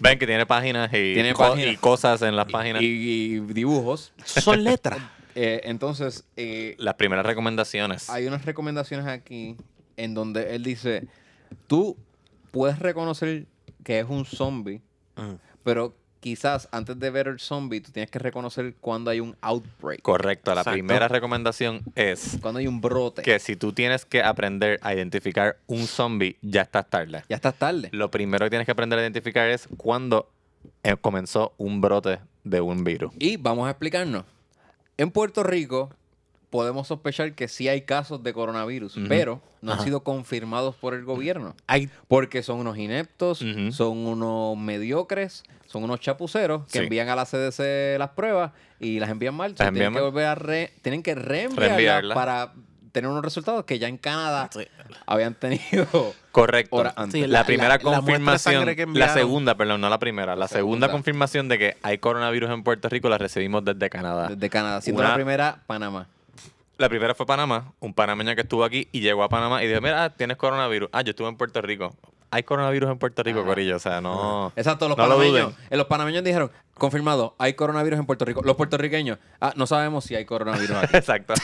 Speaker 1: Ven que tiene páginas y,
Speaker 2: Tiene
Speaker 1: co-
Speaker 2: páginas.
Speaker 1: y cosas en las páginas.
Speaker 2: eh, [laughs] y, y dibujos.
Speaker 1: [laughs]
Speaker 3: Son letras.
Speaker 2: Eh, entonces, eh,
Speaker 1: las primeras recomendaciones.
Speaker 2: hay unas recomendaciones aquí en donde él dice, tú puedes reconocer que es un zombie, pero quizás antes de ver el zombie, tú tienes que reconocer cuando hay un outbreak,
Speaker 1: Correcto. La
Speaker 3: Exacto.
Speaker 1: primera recomendación es
Speaker 2: cuando hay un brote.
Speaker 1: que si tú tienes que aprender a identificar un zombie, ya estás tarde.
Speaker 2: Ya estás tarde.
Speaker 1: Lo primero que tienes que aprender a identificar es cuándo eh, comenzó un brote de un virus.
Speaker 2: Y vamos a explicarnos. En Puerto Rico podemos sospechar que sí hay casos de coronavirus, pero no han sido confirmados por el gobierno.
Speaker 3: Hay,
Speaker 2: Porque son unos ineptos,
Speaker 1: Ujú.
Speaker 2: son unos mediocres, son unos chapuceros que
Speaker 1: Sí.
Speaker 2: envían a la CDC las pruebas y las envían mal. so
Speaker 1: Las
Speaker 2: tienen
Speaker 1: envían
Speaker 2: que
Speaker 1: mal.
Speaker 2: volver a re- tienen que reenviarlas
Speaker 1: Reenviarlas.
Speaker 2: para tener unos resultados que ya en Canadá habían tenido.
Speaker 1: Correcto.
Speaker 2: Hora antes.
Speaker 3: Sí,
Speaker 1: la,
Speaker 3: la-
Speaker 1: primera
Speaker 3: la- la muestra de
Speaker 1: confirmación,
Speaker 3: sangre que
Speaker 1: la
Speaker 3: enviaron.
Speaker 1: segunda, perdón, no la primera, la segunda.
Speaker 2: segunda.
Speaker 1: confirmación de que hay coronavirus en Puerto Rico la recibimos desde Canadá.
Speaker 2: Desde Canadá, siendo
Speaker 1: Una-
Speaker 2: la primera Panamá.
Speaker 1: La primera fue Panamá, un panameño que estuvo aquí y llegó a Panamá y dijo, mira, ah, tienes coronavirus. Ah, yo estuve en Puerto Rico. Hay coronavirus en Puerto Rico, Corillo. O sea, no.
Speaker 2: Exacto, los
Speaker 1: no lo
Speaker 2: panameños.
Speaker 1: duden.
Speaker 2: eh, los panameños dijeron, confirmado, hay coronavirus en Puerto Rico. Los puertorriqueños, ah, no sabemos si hay coronavirus
Speaker 1: [laughs] [laughs]
Speaker 2: aquí.
Speaker 1: Exacto.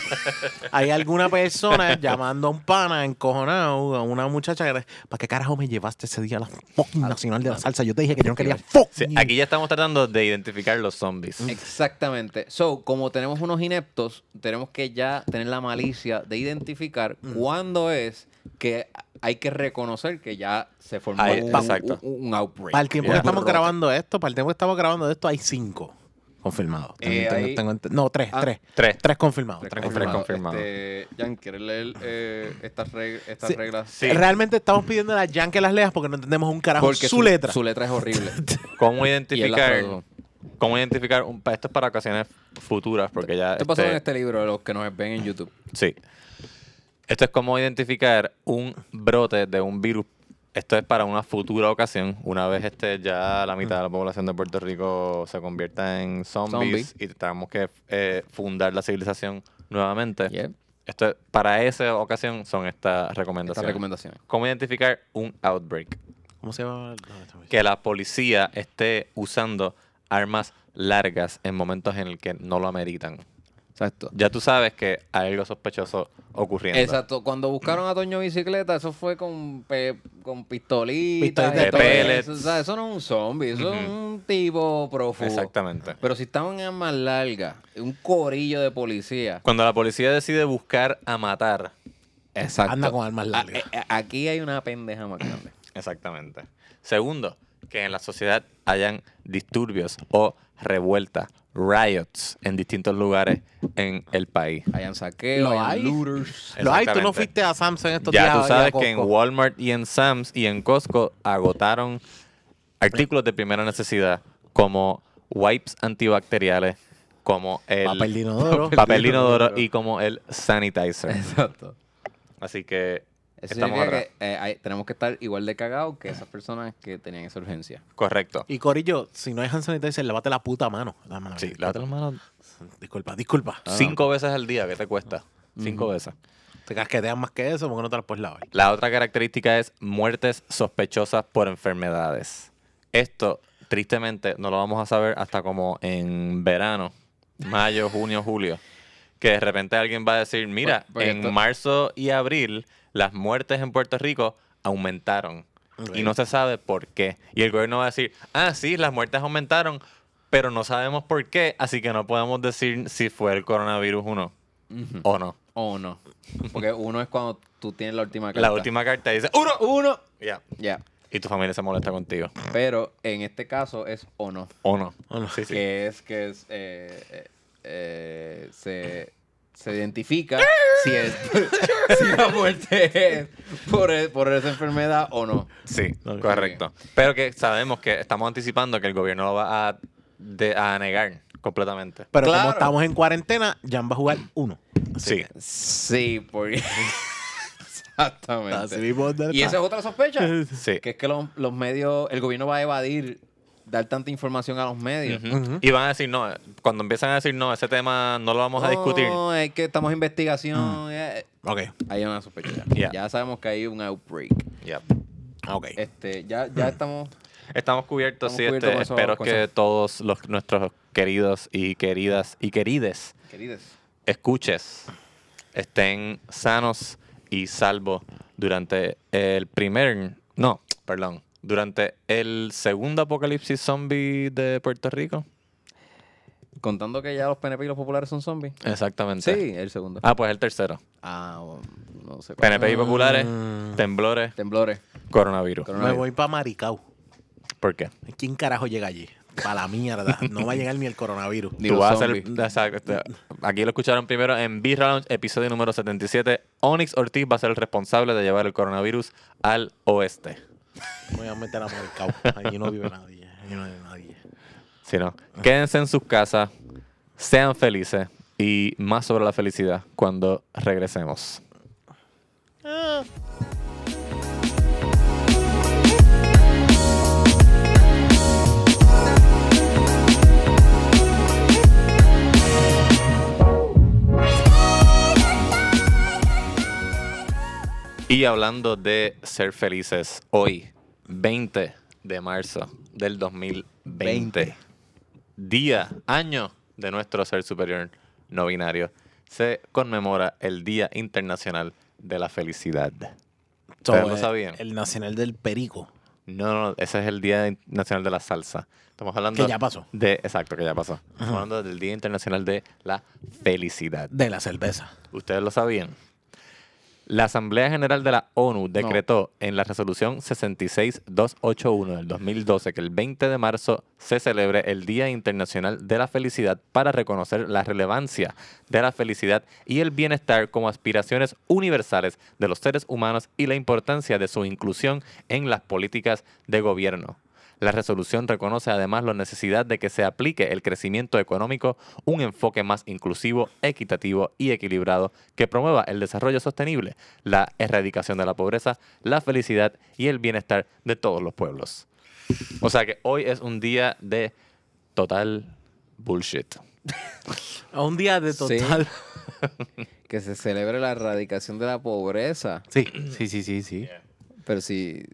Speaker 3: hay alguna persona llamando a un pana encojonado, a una muchacha que ¿para qué carajo me llevaste ese día a la fucking
Speaker 2: Ah,
Speaker 3: nacional de la salsa? Yo te dije que yo no quería
Speaker 1: Sí,
Speaker 3: fucking.
Speaker 1: aquí ya estamos tratando de identificar los zombies.
Speaker 2: Mm. Exactamente. So, como tenemos unos ineptos, tenemos que ya tener la malicia de identificar
Speaker 1: Mm.
Speaker 2: cuándo es que hay que reconocer que ya se formó
Speaker 1: Ahí,
Speaker 2: un,
Speaker 1: exacto.
Speaker 2: un- un outbreak.
Speaker 3: Para el tiempo
Speaker 1: Ya.
Speaker 3: que estamos
Speaker 2: Brote.
Speaker 3: grabando esto, para el tiempo que estamos grabando esto, hay cinco confirmados.
Speaker 2: Eh,
Speaker 3: Tengo-
Speaker 2: ahí-
Speaker 3: tengo ent- no, tres,
Speaker 2: Ah,
Speaker 3: tres.
Speaker 1: tres.
Speaker 3: Tres confirmados.
Speaker 2: Tres
Speaker 3: tres
Speaker 1: confirmados.
Speaker 2: confirmado.
Speaker 1: confirmado.
Speaker 2: Este, Jan, ¿quieres leer eh, estas, reg- estas
Speaker 3: Sí.
Speaker 2: reglas?
Speaker 1: Sí.
Speaker 3: Realmente estamos pidiendo a Jan que las leas porque no entendemos un carajo
Speaker 2: Porque
Speaker 3: su, letra.
Speaker 2: Su letra
Speaker 1: [laughs]
Speaker 2: es horrible.
Speaker 1: ¿Cómo
Speaker 2: Y él la
Speaker 1: identificar?
Speaker 2: tradujo.
Speaker 1: ¿Cómo identificar? Un, pa- esto es para ocasiones futuras, porque ya.
Speaker 2: Esto pasó
Speaker 1: este-
Speaker 2: en este libro, los que nos ven en YouTube.
Speaker 1: Sí. Esto es cómo identificar un brote de un virus. Esto es para una futura ocasión, una vez este ya la mitad de la población de Puerto Rico se convierta en zombies y tengamos que eh, fundar la civilización nuevamente.
Speaker 2: Yeah.
Speaker 1: Esto es- para esa ocasión son estas
Speaker 2: Estas
Speaker 1: recomendaciones.
Speaker 2: recomendaciones.
Speaker 1: ¿Cómo identificar un outbreak?
Speaker 3: ¿Cómo se llama? No, esto me-
Speaker 1: que la policía esté usando armas largas en momentos en el que no lo ameritan.
Speaker 2: Exacto.
Speaker 1: Ya tú sabes que hay algo sospechoso ocurriendo.
Speaker 2: Exacto. Cuando buscaron a Toño Bicicleta, eso fue con, pe- con pistolitas.
Speaker 3: Pistolitas
Speaker 2: y
Speaker 1: de
Speaker 2: todo
Speaker 1: pellets.
Speaker 2: eso. O sea, eso no es un zombie, eso es
Speaker 1: Ujú.
Speaker 2: un tipo prófugo.
Speaker 1: Exactamente.
Speaker 2: Pero si estaban en más larga, un corillo de policía.
Speaker 1: Cuando la policía decide buscar a matar.
Speaker 2: Exacto.
Speaker 3: Anda con armas
Speaker 2: A-
Speaker 3: largas.
Speaker 2: a- a- Eh, aquí hay una pendeja más grande.
Speaker 1: Exactamente. Segundo, que en la sociedad hayan disturbios o revueltas, riots en distintos lugares en el país.
Speaker 2: Hayan saqueos,
Speaker 3: ¿Lo
Speaker 2: hayan
Speaker 3: hay? [laughs]
Speaker 2: looters.
Speaker 3: Lo hay, tú no
Speaker 1: Exactamente.
Speaker 3: fuiste a Samsung estos
Speaker 1: ya
Speaker 3: días.
Speaker 1: tú sabes
Speaker 3: ya,
Speaker 1: que en
Speaker 3: Costco.
Speaker 1: Walmart y en Sam's y en Costco agotaron artículos de primera necesidad como wipes antibacteriales, como el
Speaker 3: Papel de
Speaker 1: [laughs]
Speaker 3: inodoro.
Speaker 1: papel de inodoro y como el sanitizer.
Speaker 2: Exacto.
Speaker 1: Así que
Speaker 2: Eso
Speaker 1: estamos
Speaker 2: significa
Speaker 1: atrás.
Speaker 2: que eh, hay- tenemos que estar igual de cagados que esas personas que tenían esa urgencia.
Speaker 1: Correcto.
Speaker 3: Y Corillo, si no hay hand sanitizer, lávate la puta mano. La mano.
Speaker 1: Sí, Ah, lávate las manos
Speaker 3: Disculpa, disculpa.
Speaker 1: cinco veces al día, ¿qué te cuesta? Cinco veces.
Speaker 3: Te casquetean más que eso porque no te las puedes lavar.
Speaker 1: La otra característica es muertes sospechosas por enfermedades. Esto, tristemente, no lo vamos a saber hasta como en verano, mayo, junio, julio. Que de repente alguien va a decir, mira,
Speaker 2: Por- porque
Speaker 1: en
Speaker 2: esto-
Speaker 1: marzo y abril las muertes en Puerto Rico aumentaron.
Speaker 3: Ok.
Speaker 1: Y no se sabe por qué. Y el gobierno va a decir, ah, sí, las muertes aumentaron, pero no sabemos por qué, así que no podemos decir si fue el coronavirus o no. O no.
Speaker 2: O no. Porque uno es cuando tú tienes la última carta.
Speaker 1: La última carta dice, uno, uno. Ya.
Speaker 2: Ya.
Speaker 1: Y tu familia se molesta contigo.
Speaker 2: Pero en este caso es o no.
Speaker 1: ¿O no?
Speaker 3: O no.
Speaker 1: Sí, sí.
Speaker 2: [laughs] Que es que es. eh, eh, eh, se, se identifica si es. [laughs] si la muerte es por, e- por esa enfermedad o no.
Speaker 1: Sí,
Speaker 3: Ok.
Speaker 1: correcto. Pero que sabemos que estamos anticipando que el gobierno lo va a, de- a negar completamente.
Speaker 3: Pero
Speaker 2: Claro.
Speaker 3: como estamos en cuarentena, Jan va a jugar uno.
Speaker 1: Sí.
Speaker 2: Sí, [laughs] porque. Exactamente.
Speaker 3: Así mismo, ¿dónde
Speaker 2: Y esa
Speaker 3: está?
Speaker 2: es otra sospecha.
Speaker 1: Sí.
Speaker 2: Que es que los, los medios, el gobierno va a evadir dar tanta información a los medios.
Speaker 1: Ujú. Y van a decir, no, cuando empiezan a decir, no, ese tema no lo vamos a discutir. Mm.
Speaker 2: No, es que estamos en investigación. eh,
Speaker 3: Ok,
Speaker 2: Hay una sospecha.
Speaker 1: Yeah.
Speaker 2: Ya sabemos que hay un outbreak.
Speaker 1: Ya.
Speaker 3: ok.
Speaker 2: Este, ya, ya estamos.
Speaker 1: Estamos cubiertos,
Speaker 2: Estamos
Speaker 1: sí.
Speaker 2: cubiertos
Speaker 1: este,
Speaker 2: con eso-
Speaker 1: espero
Speaker 2: con
Speaker 1: que
Speaker 2: eso.
Speaker 1: todos los, nuestros queridos y queridas y querides
Speaker 2: Queridos.
Speaker 1: escuches estén sanos y salvos durante el primer, no, perdón, durante el segundo apocalipsis zombie de Puerto Rico.
Speaker 2: Contando que ya los PNP y los populares son zombies. Sí,
Speaker 1: Exactamente.
Speaker 2: el segundo.
Speaker 1: Ah, pues el tercero.
Speaker 2: Ah, bueno, no sé. cuál. Ah,
Speaker 1: PNP y populares,
Speaker 3: Mm.
Speaker 1: temblores,
Speaker 2: Temblores.
Speaker 1: coronavirus.
Speaker 2: Corona-
Speaker 3: Me voy para Maricao.
Speaker 1: ¿Por qué?
Speaker 3: ¿Quién carajo llega allí? Para la mierda. No va a llegar ni el coronavirus.
Speaker 2: Ni
Speaker 1: Tú
Speaker 2: los
Speaker 1: vas a hacer-
Speaker 2: zombies.
Speaker 1: exacto, este, Aquí lo escucharon primero en B-Round, episodio número 77. Onyx Ortiz va a ser el responsable de llevar el coronavirus al oeste.
Speaker 3: Me voy a meter a Maricao. Allí no vive nadie. Allí no vive nadie.
Speaker 1: Si no, quédense en sus casas, sean felices y más sobre la felicidad cuando regresemos. Y hablando de ser felices, hoy, 20 de marzo del 2020,
Speaker 2: 20.
Speaker 1: día, año de nuestro ser superior no binario, se conmemora el Día Internacional de la Felicidad. Ustedes lo
Speaker 3: eh,
Speaker 1: sabían.
Speaker 3: El nacional del perico.
Speaker 1: No, no, no, ese es el Día In- Nacional de la Salsa. Estamos hablando...
Speaker 3: Que ya pasó.
Speaker 1: De, exacto, que ya pasó. Estamos hablando del Día Internacional de la Felicidad.
Speaker 3: De la cerveza.
Speaker 1: Ustedes lo sabían. La Asamblea General de la ONU decretó en la resolución 66281 del 2012 que el 20 de marzo se celebre el Día Internacional de la Felicidad para reconocer la relevancia de la felicidad y el bienestar como aspiraciones universales de los seres humanos y la importancia de su inclusión en las políticas de gobierno. La resolución reconoce además la necesidad de que se aplique el crecimiento económico, un enfoque más inclusivo, equitativo y equilibrado que promueva el desarrollo sostenible, la erradicación de la pobreza, la felicidad y el bienestar de todos los pueblos. O sea que hoy es un día de total bullshit.
Speaker 3: A un día de
Speaker 2: Sí.
Speaker 3: [laughs] total.
Speaker 2: Que se celebre la erradicación de la pobreza.
Speaker 3: Sí, sí, sí, sí. sí.
Speaker 2: Pero si.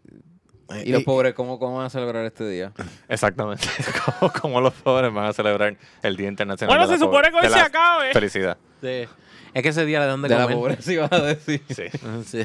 Speaker 3: Eh,
Speaker 2: ¿Y los
Speaker 3: eh,
Speaker 2: pobres cómo, cómo van a celebrar este día?
Speaker 1: Exactamente. [laughs] como, como los pobres van a celebrar el Día Internacional
Speaker 3: Bueno,
Speaker 1: de la
Speaker 3: se supone que hoy
Speaker 1: Pobre- de
Speaker 3: se
Speaker 1: la
Speaker 3: acabe.
Speaker 1: Felicidad.
Speaker 3: de- es que ese día le dan de,
Speaker 2: De la
Speaker 3: comer.
Speaker 2: pobreza [laughs] sí vas a decir.
Speaker 1: Sí.
Speaker 3: [laughs]
Speaker 1: [laughs]
Speaker 3: Sí,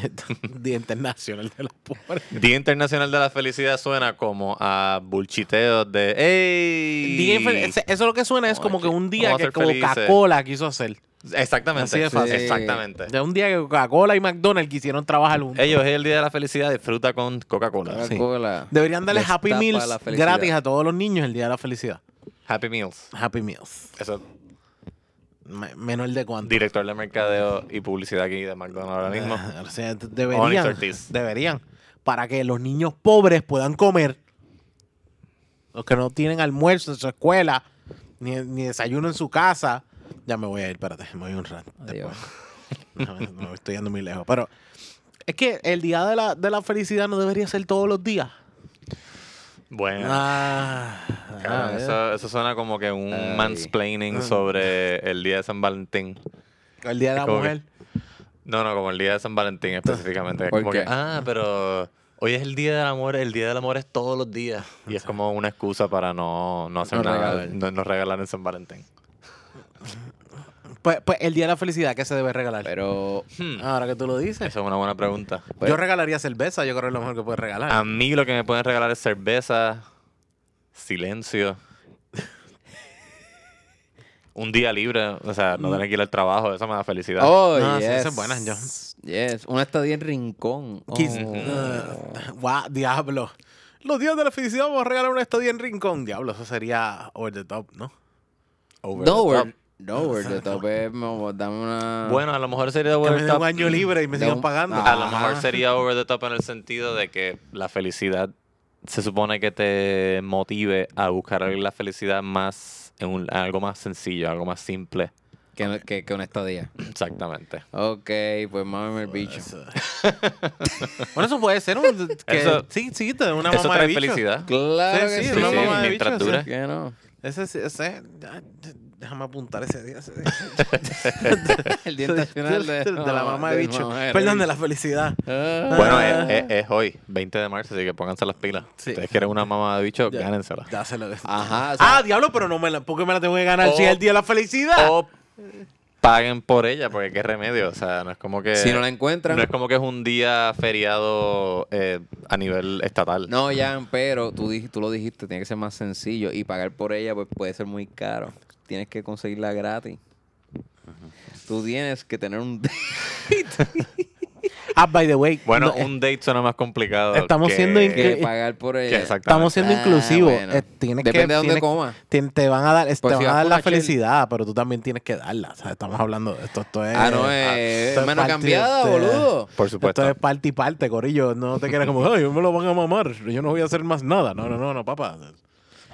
Speaker 3: Día Internacional de la Pobre.
Speaker 1: Día Internacional de la Felicidad suena como a bulchiteos de ¡Ey!
Speaker 3: Día infer- eh, ese- Eso lo que suena es como que un día
Speaker 1: Vamos a
Speaker 3: que
Speaker 1: ser felices.
Speaker 3: Coca-Cola quiso hacer.
Speaker 1: Exactamente.
Speaker 3: Así de
Speaker 2: fácil.
Speaker 1: Exactamente.
Speaker 3: De un día que Coca-Cola y McDonald's quisieron trabajar juntos.
Speaker 1: Ellos es el Día de la Felicidad, disfruta con Coca-Cola.
Speaker 3: Sí.
Speaker 2: Coca-Cola.
Speaker 3: Deberían darle
Speaker 2: Les
Speaker 3: Happy
Speaker 2: tapa
Speaker 3: Meals
Speaker 2: la felicidad.
Speaker 3: gratis a todos los niños el Día de la Felicidad.
Speaker 1: Happy Meals.
Speaker 3: Happy Meals.
Speaker 1: Eso,
Speaker 3: Me- menos el de cuánto.
Speaker 1: director de mercadeo y publicidad aquí de McDonald's ahora mismo.
Speaker 3: Ah, [laughs] o sea, d- deberían.
Speaker 1: Ortiz.
Speaker 3: Deberían. Para que los niños pobres puedan comer. Los que no tienen almuerzo en su escuela, ni, ni desayuno en su casa. Ya me voy a ir, espérate, me voy a un rato.
Speaker 2: Adiós.
Speaker 3: Déjame- no, estoy yendo muy lejos. Pero es que el día de la, de la felicidad no debería ser todos los días.
Speaker 1: Bueno.
Speaker 3: Ah,
Speaker 1: Cabrón,
Speaker 3: ah,
Speaker 1: eso, eso suena como que un
Speaker 2: Ay.
Speaker 1: mansplaining sobre el día de San Valentín.
Speaker 3: el día de la
Speaker 1: como que-
Speaker 3: mujer.
Speaker 1: No, no, como el día de San Valentín específicamente.
Speaker 2: ¿Por
Speaker 1: Como que,
Speaker 2: qué?
Speaker 1: ah, pero hoy es el día del amor, el día del amor es todos los días. Y es como una excusa para no, no hacer
Speaker 2: No
Speaker 1: nada,
Speaker 2: regalar.
Speaker 1: no, no regalar en San Valentín.
Speaker 3: Pues, pues el día de la felicidad, ¿qué se debe regalar? Ah,
Speaker 2: Pero
Speaker 1: Hmm,
Speaker 3: Ahora que tú lo dices.
Speaker 1: Esa es una buena pregunta.
Speaker 2: Pues-
Speaker 3: yo regalaría cerveza, yo creo que es lo mejor que puedes regalar.
Speaker 1: A mí lo que me pueden regalar es cerveza, silencio, un día libre, o sea, no tener que ir al trabajo, eso me da felicidad.
Speaker 2: Oh,
Speaker 3: No, sí,
Speaker 2: yes.
Speaker 3: esas buenas, yo.
Speaker 2: Yes. Una estadía en rincón. Oh.
Speaker 3: Quis-
Speaker 1: oh.
Speaker 3: Ah, guau, diablo. Los días de la felicidad vamos a regalar una estadía en Rincón. Diablo, eso sería over the top, ¿no?
Speaker 1: Over
Speaker 2: no,
Speaker 1: the
Speaker 2: over,
Speaker 1: top.
Speaker 2: no, over the top. es, mo- Dame una.
Speaker 1: Bueno, a lo mejor sería
Speaker 3: Que
Speaker 1: over
Speaker 3: me
Speaker 1: the
Speaker 3: den
Speaker 1: top.
Speaker 3: un año libre y me
Speaker 2: De
Speaker 3: sigan
Speaker 2: un-
Speaker 3: pagando.
Speaker 1: A lo
Speaker 2: Ajá.
Speaker 1: mejor sería over the top en el sentido de que la felicidad se supone que te motive a buscar la felicidad más en un- algo más sencillo, algo más simple. [clears throat]
Speaker 2: Que, que, que una estadía.
Speaker 1: Exactamente.
Speaker 2: Ok, pues mame el bicho.
Speaker 3: Eso. [laughs] bueno, eso puede ser un... que-
Speaker 1: Eso-
Speaker 3: sí, sí, te da una
Speaker 1: Eso
Speaker 3: mamá
Speaker 1: trae
Speaker 3: de bicho.
Speaker 1: felicidad.
Speaker 2: Claro
Speaker 3: Sí,
Speaker 2: que
Speaker 3: sí,
Speaker 2: sí.
Speaker 1: una
Speaker 2: sí.
Speaker 1: mamá de mientras bicho, dure. sí.
Speaker 2: ¿Qué no?
Speaker 3: Ese, sí, ese, ya, déjame apuntar ese
Speaker 2: [laughs]
Speaker 3: día. ese día.
Speaker 2: El Día Internacional de,
Speaker 3: de la mamá de bicho.
Speaker 2: mamá de
Speaker 3: Perdón,
Speaker 2: bicho.
Speaker 3: de la felicidad.
Speaker 2: Ah.
Speaker 1: Bueno, es, es- es hoy, 20 de marzo, así que pónganse las pilas.
Speaker 3: Sí.
Speaker 1: Si ustedes quieren una mamá de bicho,
Speaker 3: Ya.
Speaker 1: gánensela.
Speaker 3: Dáselo.
Speaker 2: Ajá. o sea,
Speaker 3: Ah, diablo, pero no me la... ¿Por qué me la tengo que ganar si es
Speaker 2: Oh.
Speaker 3: el día de la felicidad?
Speaker 1: O paguen por ella, porque qué remedio. O sea, no es como que.
Speaker 2: si no la encuentran.
Speaker 1: no es como que es un día feriado eh, a nivel estatal.
Speaker 2: No, Jan, pero tú, dij- tú lo dijiste, tiene que ser más sencillo y pagar por ella pues puede ser muy caro. Tienes que conseguirla gratis. Tú tienes que tener un...
Speaker 3: Ah, by the way.
Speaker 1: Bueno,
Speaker 3: no, eh,
Speaker 1: un date suena más complicado.
Speaker 3: estamos siendo
Speaker 1: increíbles.
Speaker 2: [laughs] que
Speaker 3: que-
Speaker 2: pagar por ella.
Speaker 1: exactamente.
Speaker 3: Estamos siendo
Speaker 2: Ah,
Speaker 3: inclusivos.
Speaker 2: bueno.
Speaker 3: Eh, tienes que-
Speaker 2: Depende de dónde
Speaker 3: tienes-
Speaker 2: coma.
Speaker 3: tien- te van a dar, te
Speaker 2: Pues si vas
Speaker 3: van a dar
Speaker 2: con
Speaker 3: la
Speaker 2: una chel-
Speaker 3: felicidad, pero tú también tienes que darla. O sea, estamos hablando de esto. Esto es.
Speaker 2: Ah, no,
Speaker 1: eh,
Speaker 2: es
Speaker 3: esto es
Speaker 2: mano
Speaker 3: parte
Speaker 2: cambiada,
Speaker 3: de-
Speaker 2: boludo.
Speaker 1: Por supuesto.
Speaker 3: Esto es parte y parte, Corillo. No te quieras como, ay, me lo van a mamar. Yo no voy a hacer más nada. No, no, no, no, papá.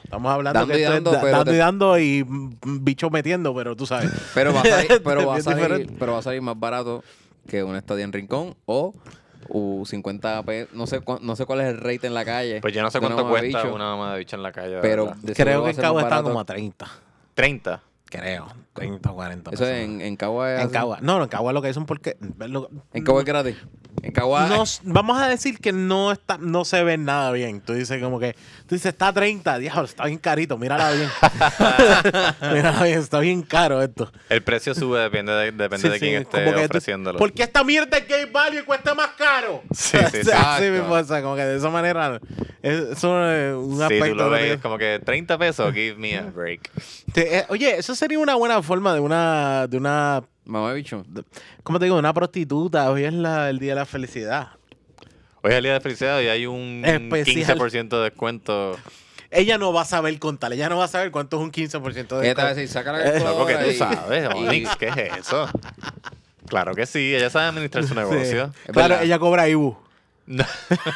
Speaker 3: Estamos hablando
Speaker 2: Dando
Speaker 3: que
Speaker 2: y
Speaker 3: esto es
Speaker 2: dando,
Speaker 3: da-
Speaker 2: pero
Speaker 3: dando
Speaker 2: te-
Speaker 3: y dando y mm, bicho metiendo, pero tú sabes.
Speaker 2: Pero va a salir,
Speaker 3: [laughs]
Speaker 2: pero va a
Speaker 3: Es
Speaker 2: salir,
Speaker 3: diferente.
Speaker 2: pero va a salir más barato que una estadía en Rincón o u 50 pesos. No sé, cu- no sé cuál es el rate en la calle.
Speaker 1: Pues yo no sé
Speaker 2: de una
Speaker 1: cuánto
Speaker 2: mamá de
Speaker 1: cuesta
Speaker 2: bicho,
Speaker 1: una mamá de bicho en la calle. de
Speaker 2: Pero
Speaker 1: verdad.
Speaker 2: de seguro
Speaker 3: Creo
Speaker 2: va
Speaker 3: que
Speaker 2: a
Speaker 3: en
Speaker 2: ser más
Speaker 3: Cabo están
Speaker 2: barato.
Speaker 3: como a 30.
Speaker 1: 30.
Speaker 3: Creo. 30 o 40.
Speaker 2: Eso
Speaker 3: personas.
Speaker 2: es en, en Cagua.
Speaker 3: En Cagua. No, no, en Cagua lo que dicen porque. lo-
Speaker 2: En Cagua es gratis. En Cagua.
Speaker 3: No s- vamos a decir que no está, no se ve nada bien. Tú dices como que, tú dices, está a 30, diablo, está bien carito, mírala bien. [laughs] mírala bien, está bien caro esto.
Speaker 1: El precio sube, depende de, depende
Speaker 3: Sí,
Speaker 1: de quién
Speaker 3: sí,
Speaker 1: esté
Speaker 3: como que tú-
Speaker 1: ofreciéndolo.
Speaker 3: ¿Por qué esta mierda es Gay Value y cuesta más caro?
Speaker 1: [laughs]
Speaker 3: [laughs]
Speaker 1: Sí, sí, sí.
Speaker 2: Exacto.
Speaker 3: mismo, o sea, como que de esa manera, es- eso es un
Speaker 1: si
Speaker 3: aspecto.
Speaker 1: tú lo
Speaker 3: de-
Speaker 1: ves, es como que 30 pesos, give me a break.
Speaker 3: Te- eh, oye, eso sería una buena forma de una, de una,
Speaker 2: Mamá de bicho.
Speaker 3: ¿cómo te digo? Una prostituta. Hoy es la, el día de la felicidad.
Speaker 1: Hoy es el día de felicidad y hay un
Speaker 3: Especial.
Speaker 1: 15% de descuento.
Speaker 3: Ella no va a saber contar, ella no va a saber cuánto es un 15% de
Speaker 2: Ella te va a
Speaker 3: descuento.
Speaker 2: decir, saca la
Speaker 3: Eh,
Speaker 1: Loco, que
Speaker 2: calculadora
Speaker 1: tú
Speaker 2: y-
Speaker 1: sabes,
Speaker 2: y-
Speaker 1: Onyx, ¿qué es eso? Claro que sí, ella sabe administrar su negocio.
Speaker 3: Sí. Claro,
Speaker 2: verdad.
Speaker 3: ella cobra IBU.
Speaker 1: No,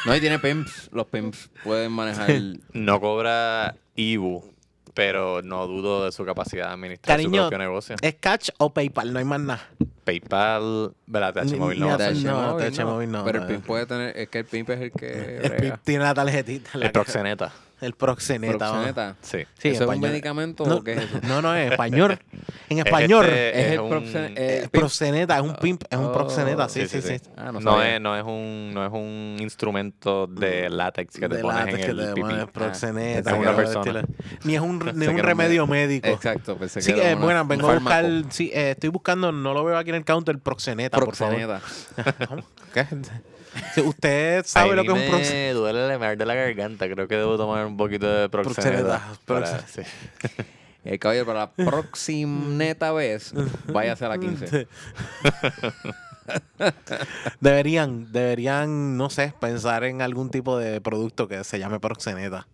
Speaker 2: No, y tiene pimps. Los pimps pueden manejar. [laughs] el-
Speaker 1: no cobra IBU, pero no dudo de su capacidad de administrar su
Speaker 3: Cariño, eh,
Speaker 1: propio negocio.
Speaker 3: ¿Es cash o PayPal? No hay más nada.
Speaker 1: PayPal, ¿verdad? Móvil no.
Speaker 3: Ni-
Speaker 1: va
Speaker 3: ni
Speaker 1: a ser.
Speaker 3: Atach.
Speaker 2: THM
Speaker 3: no,
Speaker 2: móvil,
Speaker 3: THM móvil no,
Speaker 2: Pero
Speaker 3: no.
Speaker 2: el pimp puede tener. Es que el pimp es el que.
Speaker 3: El
Speaker 2: brega.
Speaker 3: PIB tiene la tarjetita. la
Speaker 1: El
Speaker 3: que-
Speaker 1: proxeneta.
Speaker 3: El proxeneta. mano.
Speaker 2: Proxeneta.
Speaker 1: Sí.
Speaker 2: ¿Eso
Speaker 3: Sí,
Speaker 2: es un
Speaker 3: español.
Speaker 2: medicamento
Speaker 3: No,
Speaker 2: o qué es eso?
Speaker 3: No, no, en español. En español.
Speaker 1: Este
Speaker 2: Es
Speaker 1: es
Speaker 2: el
Speaker 1: un-
Speaker 2: proxen- eh,
Speaker 3: El proxeneta, es un pimp, es un
Speaker 2: Oh.
Speaker 3: proxeneta, sí, sí, sí.
Speaker 2: Ah, no
Speaker 1: no,
Speaker 2: sabía.
Speaker 1: es, no, es un, no es un instrumento de látex que te
Speaker 3: De
Speaker 1: pones
Speaker 3: látex
Speaker 1: en
Speaker 3: que
Speaker 1: el
Speaker 3: te
Speaker 1: pipí.
Speaker 3: pones proxeneta.
Speaker 1: es
Speaker 3: que
Speaker 1: una
Speaker 3: lo
Speaker 1: persona.
Speaker 3: destila. Ni es un, ni
Speaker 1: que
Speaker 3: un
Speaker 1: era un
Speaker 3: remedio médico.
Speaker 2: Exacto, pensé
Speaker 3: Sí,
Speaker 2: que era
Speaker 3: eh,
Speaker 2: una-
Speaker 3: bueno,
Speaker 2: un
Speaker 3: vengo a buscar,
Speaker 2: fármaco.
Speaker 3: sí, eh, estoy buscando, no lo veo aquí en el counter, proxeneta,
Speaker 2: Proxeneta.
Speaker 3: por favor. [laughs] ¿Cómo? ¿Qué? Si usted sabe
Speaker 1: Ay,
Speaker 3: lo que es
Speaker 1: me
Speaker 3: un proxeneta.
Speaker 1: duele la mar de la garganta. Creo que debo tomar un poquito de proxeneta.
Speaker 3: Proxeneta,
Speaker 1: para-
Speaker 3: proxeneta.
Speaker 1: sí.
Speaker 2: El Eh, caballero para
Speaker 3: [laughs]
Speaker 2: la próxima vez, váyase a la 15.
Speaker 3: Este. Deberían, deberían, no sé, pensar en algún tipo de producto que se
Speaker 1: [clears throat]
Speaker 3: llame proxeneta.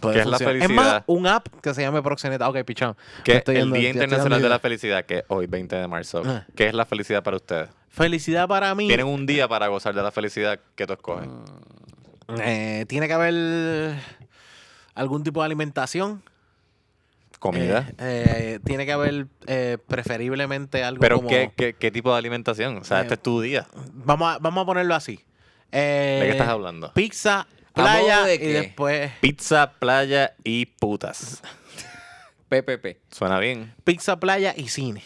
Speaker 3: Puede
Speaker 1: Que es la
Speaker 3: funcionar. más,
Speaker 1: felicidad.
Speaker 3: un app que se llame proxeneta. Ok, pichón.
Speaker 1: Que
Speaker 3: me estoy
Speaker 1: el
Speaker 3: yendo,
Speaker 1: Día
Speaker 3: ya estoy
Speaker 1: Internacional
Speaker 3: dando
Speaker 1: de la
Speaker 3: ideas.
Speaker 1: Felicidad, que es hoy 20 de marzo.
Speaker 3: Ah.
Speaker 1: ¿Qué es la felicidad para ustedes?
Speaker 3: Felicidad para mí.
Speaker 1: Tienen un día para gozar de la felicidad que tú escoges.
Speaker 3: Eh, tiene que haber algún tipo de alimentación.
Speaker 1: Comida.
Speaker 3: Eh, eh, tiene que haber eh, preferiblemente algo
Speaker 1: Pero
Speaker 3: como...
Speaker 1: ¿qué, qué, qué tipo de alimentación? O sea,
Speaker 3: Eh,
Speaker 1: este es tu día.
Speaker 3: Vamos, a, vamos a ponerlo así.
Speaker 1: ¿De
Speaker 3: Eh,
Speaker 1: qué estás hablando?
Speaker 3: Pizza, playa
Speaker 2: modo de
Speaker 3: y
Speaker 2: qué?
Speaker 3: después...
Speaker 1: Pizza, playa y
Speaker 3: [laughs]
Speaker 1: putas.
Speaker 2: PPP.
Speaker 1: Suena bien.
Speaker 3: Pizza, playa y cine.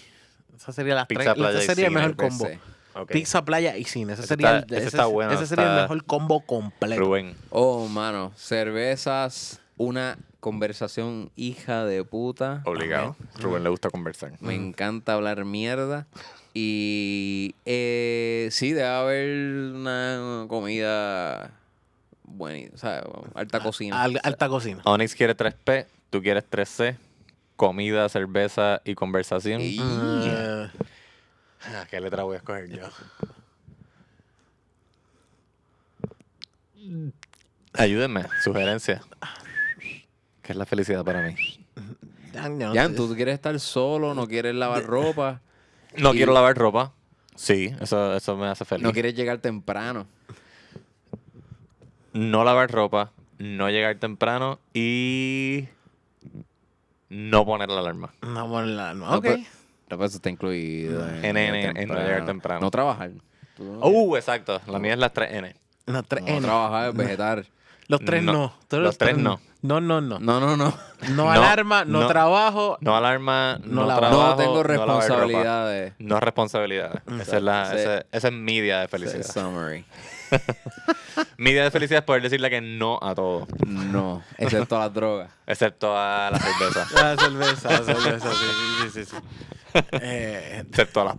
Speaker 3: Esa sería las
Speaker 1: Pizza,
Speaker 3: tres.
Speaker 1: playa y
Speaker 3: ese sería el
Speaker 1: cine,
Speaker 3: mejor
Speaker 2: per
Speaker 3: combo.
Speaker 2: se.
Speaker 1: Ok.
Speaker 3: Pizza, playa y cine. Ese
Speaker 1: Ese
Speaker 3: sería,
Speaker 1: está-
Speaker 3: el,
Speaker 1: ese
Speaker 3: ese-
Speaker 1: está bueno,
Speaker 3: ese sería el
Speaker 1: está-
Speaker 3: mejor combo completo.
Speaker 1: Rubén.
Speaker 2: Oh, mano. Cervezas, una conversación hija de puta.
Speaker 1: Obligado. Rubén le gusta conversar.
Speaker 2: Me encanta hablar mierda. Y eh, sí, debe haber una comida buena, o sea, alta cocina.
Speaker 3: Al- alta cocina.
Speaker 1: Onyx quiere 3P, tú quieres 3C. Comida, cerveza y conversación.
Speaker 2: Y-
Speaker 3: Eh,
Speaker 1: Ah, ¿Qué letra voy a escoger yo? Ayúdenme, sugerencia. ¿Qué es la felicidad para mí?
Speaker 3: ay, no,
Speaker 2: Jan, tú quieres estar solo, no quieres lavar ropa,
Speaker 1: No
Speaker 2: Y-
Speaker 1: quiero lavar ropa. Sí, eso, eso me hace feliz.
Speaker 2: no quieres llegar temprano.
Speaker 1: no lavar ropa, no llegar temprano y no poner la alarma.
Speaker 3: No, por la-
Speaker 2: No,
Speaker 3: no, Ah, ok.
Speaker 2: pero- No, pero eso está incluido.
Speaker 1: En- en- en llegar temprano.
Speaker 2: No trabajar. Tú no quieres-
Speaker 1: Uh, exacto. La mía es las 3N.
Speaker 3: Los tres
Speaker 2: no
Speaker 3: N.
Speaker 2: trabajar, vegetar.
Speaker 3: Los tres
Speaker 1: No.
Speaker 3: no. Todos
Speaker 1: Los tres no.
Speaker 3: No, no, no. No,
Speaker 2: No, no, no.
Speaker 1: No,
Speaker 3: alarma, no,
Speaker 1: no.
Speaker 3: trabajo.
Speaker 1: No alarma, no,
Speaker 3: No lavar.
Speaker 1: trabajo.
Speaker 2: no tengo
Speaker 1: lavar ropa.
Speaker 2: responsabilidades.
Speaker 1: No
Speaker 2: [laughs]
Speaker 1: responsabilidades. Esa es, la,
Speaker 2: Sí.
Speaker 1: esa, esa es mi día de
Speaker 2: Ese
Speaker 1: felicidad.
Speaker 2: es Summary.
Speaker 1: Mi día de felicidad es poder decirle que no a todo,
Speaker 2: No, excepto las drogas.
Speaker 1: excepto a la
Speaker 2: [laughs]
Speaker 1: cerveza,
Speaker 3: La Ah, cerveza, la cerveza, sí, sí, sí. sí. Eh,
Speaker 1: excepto a la...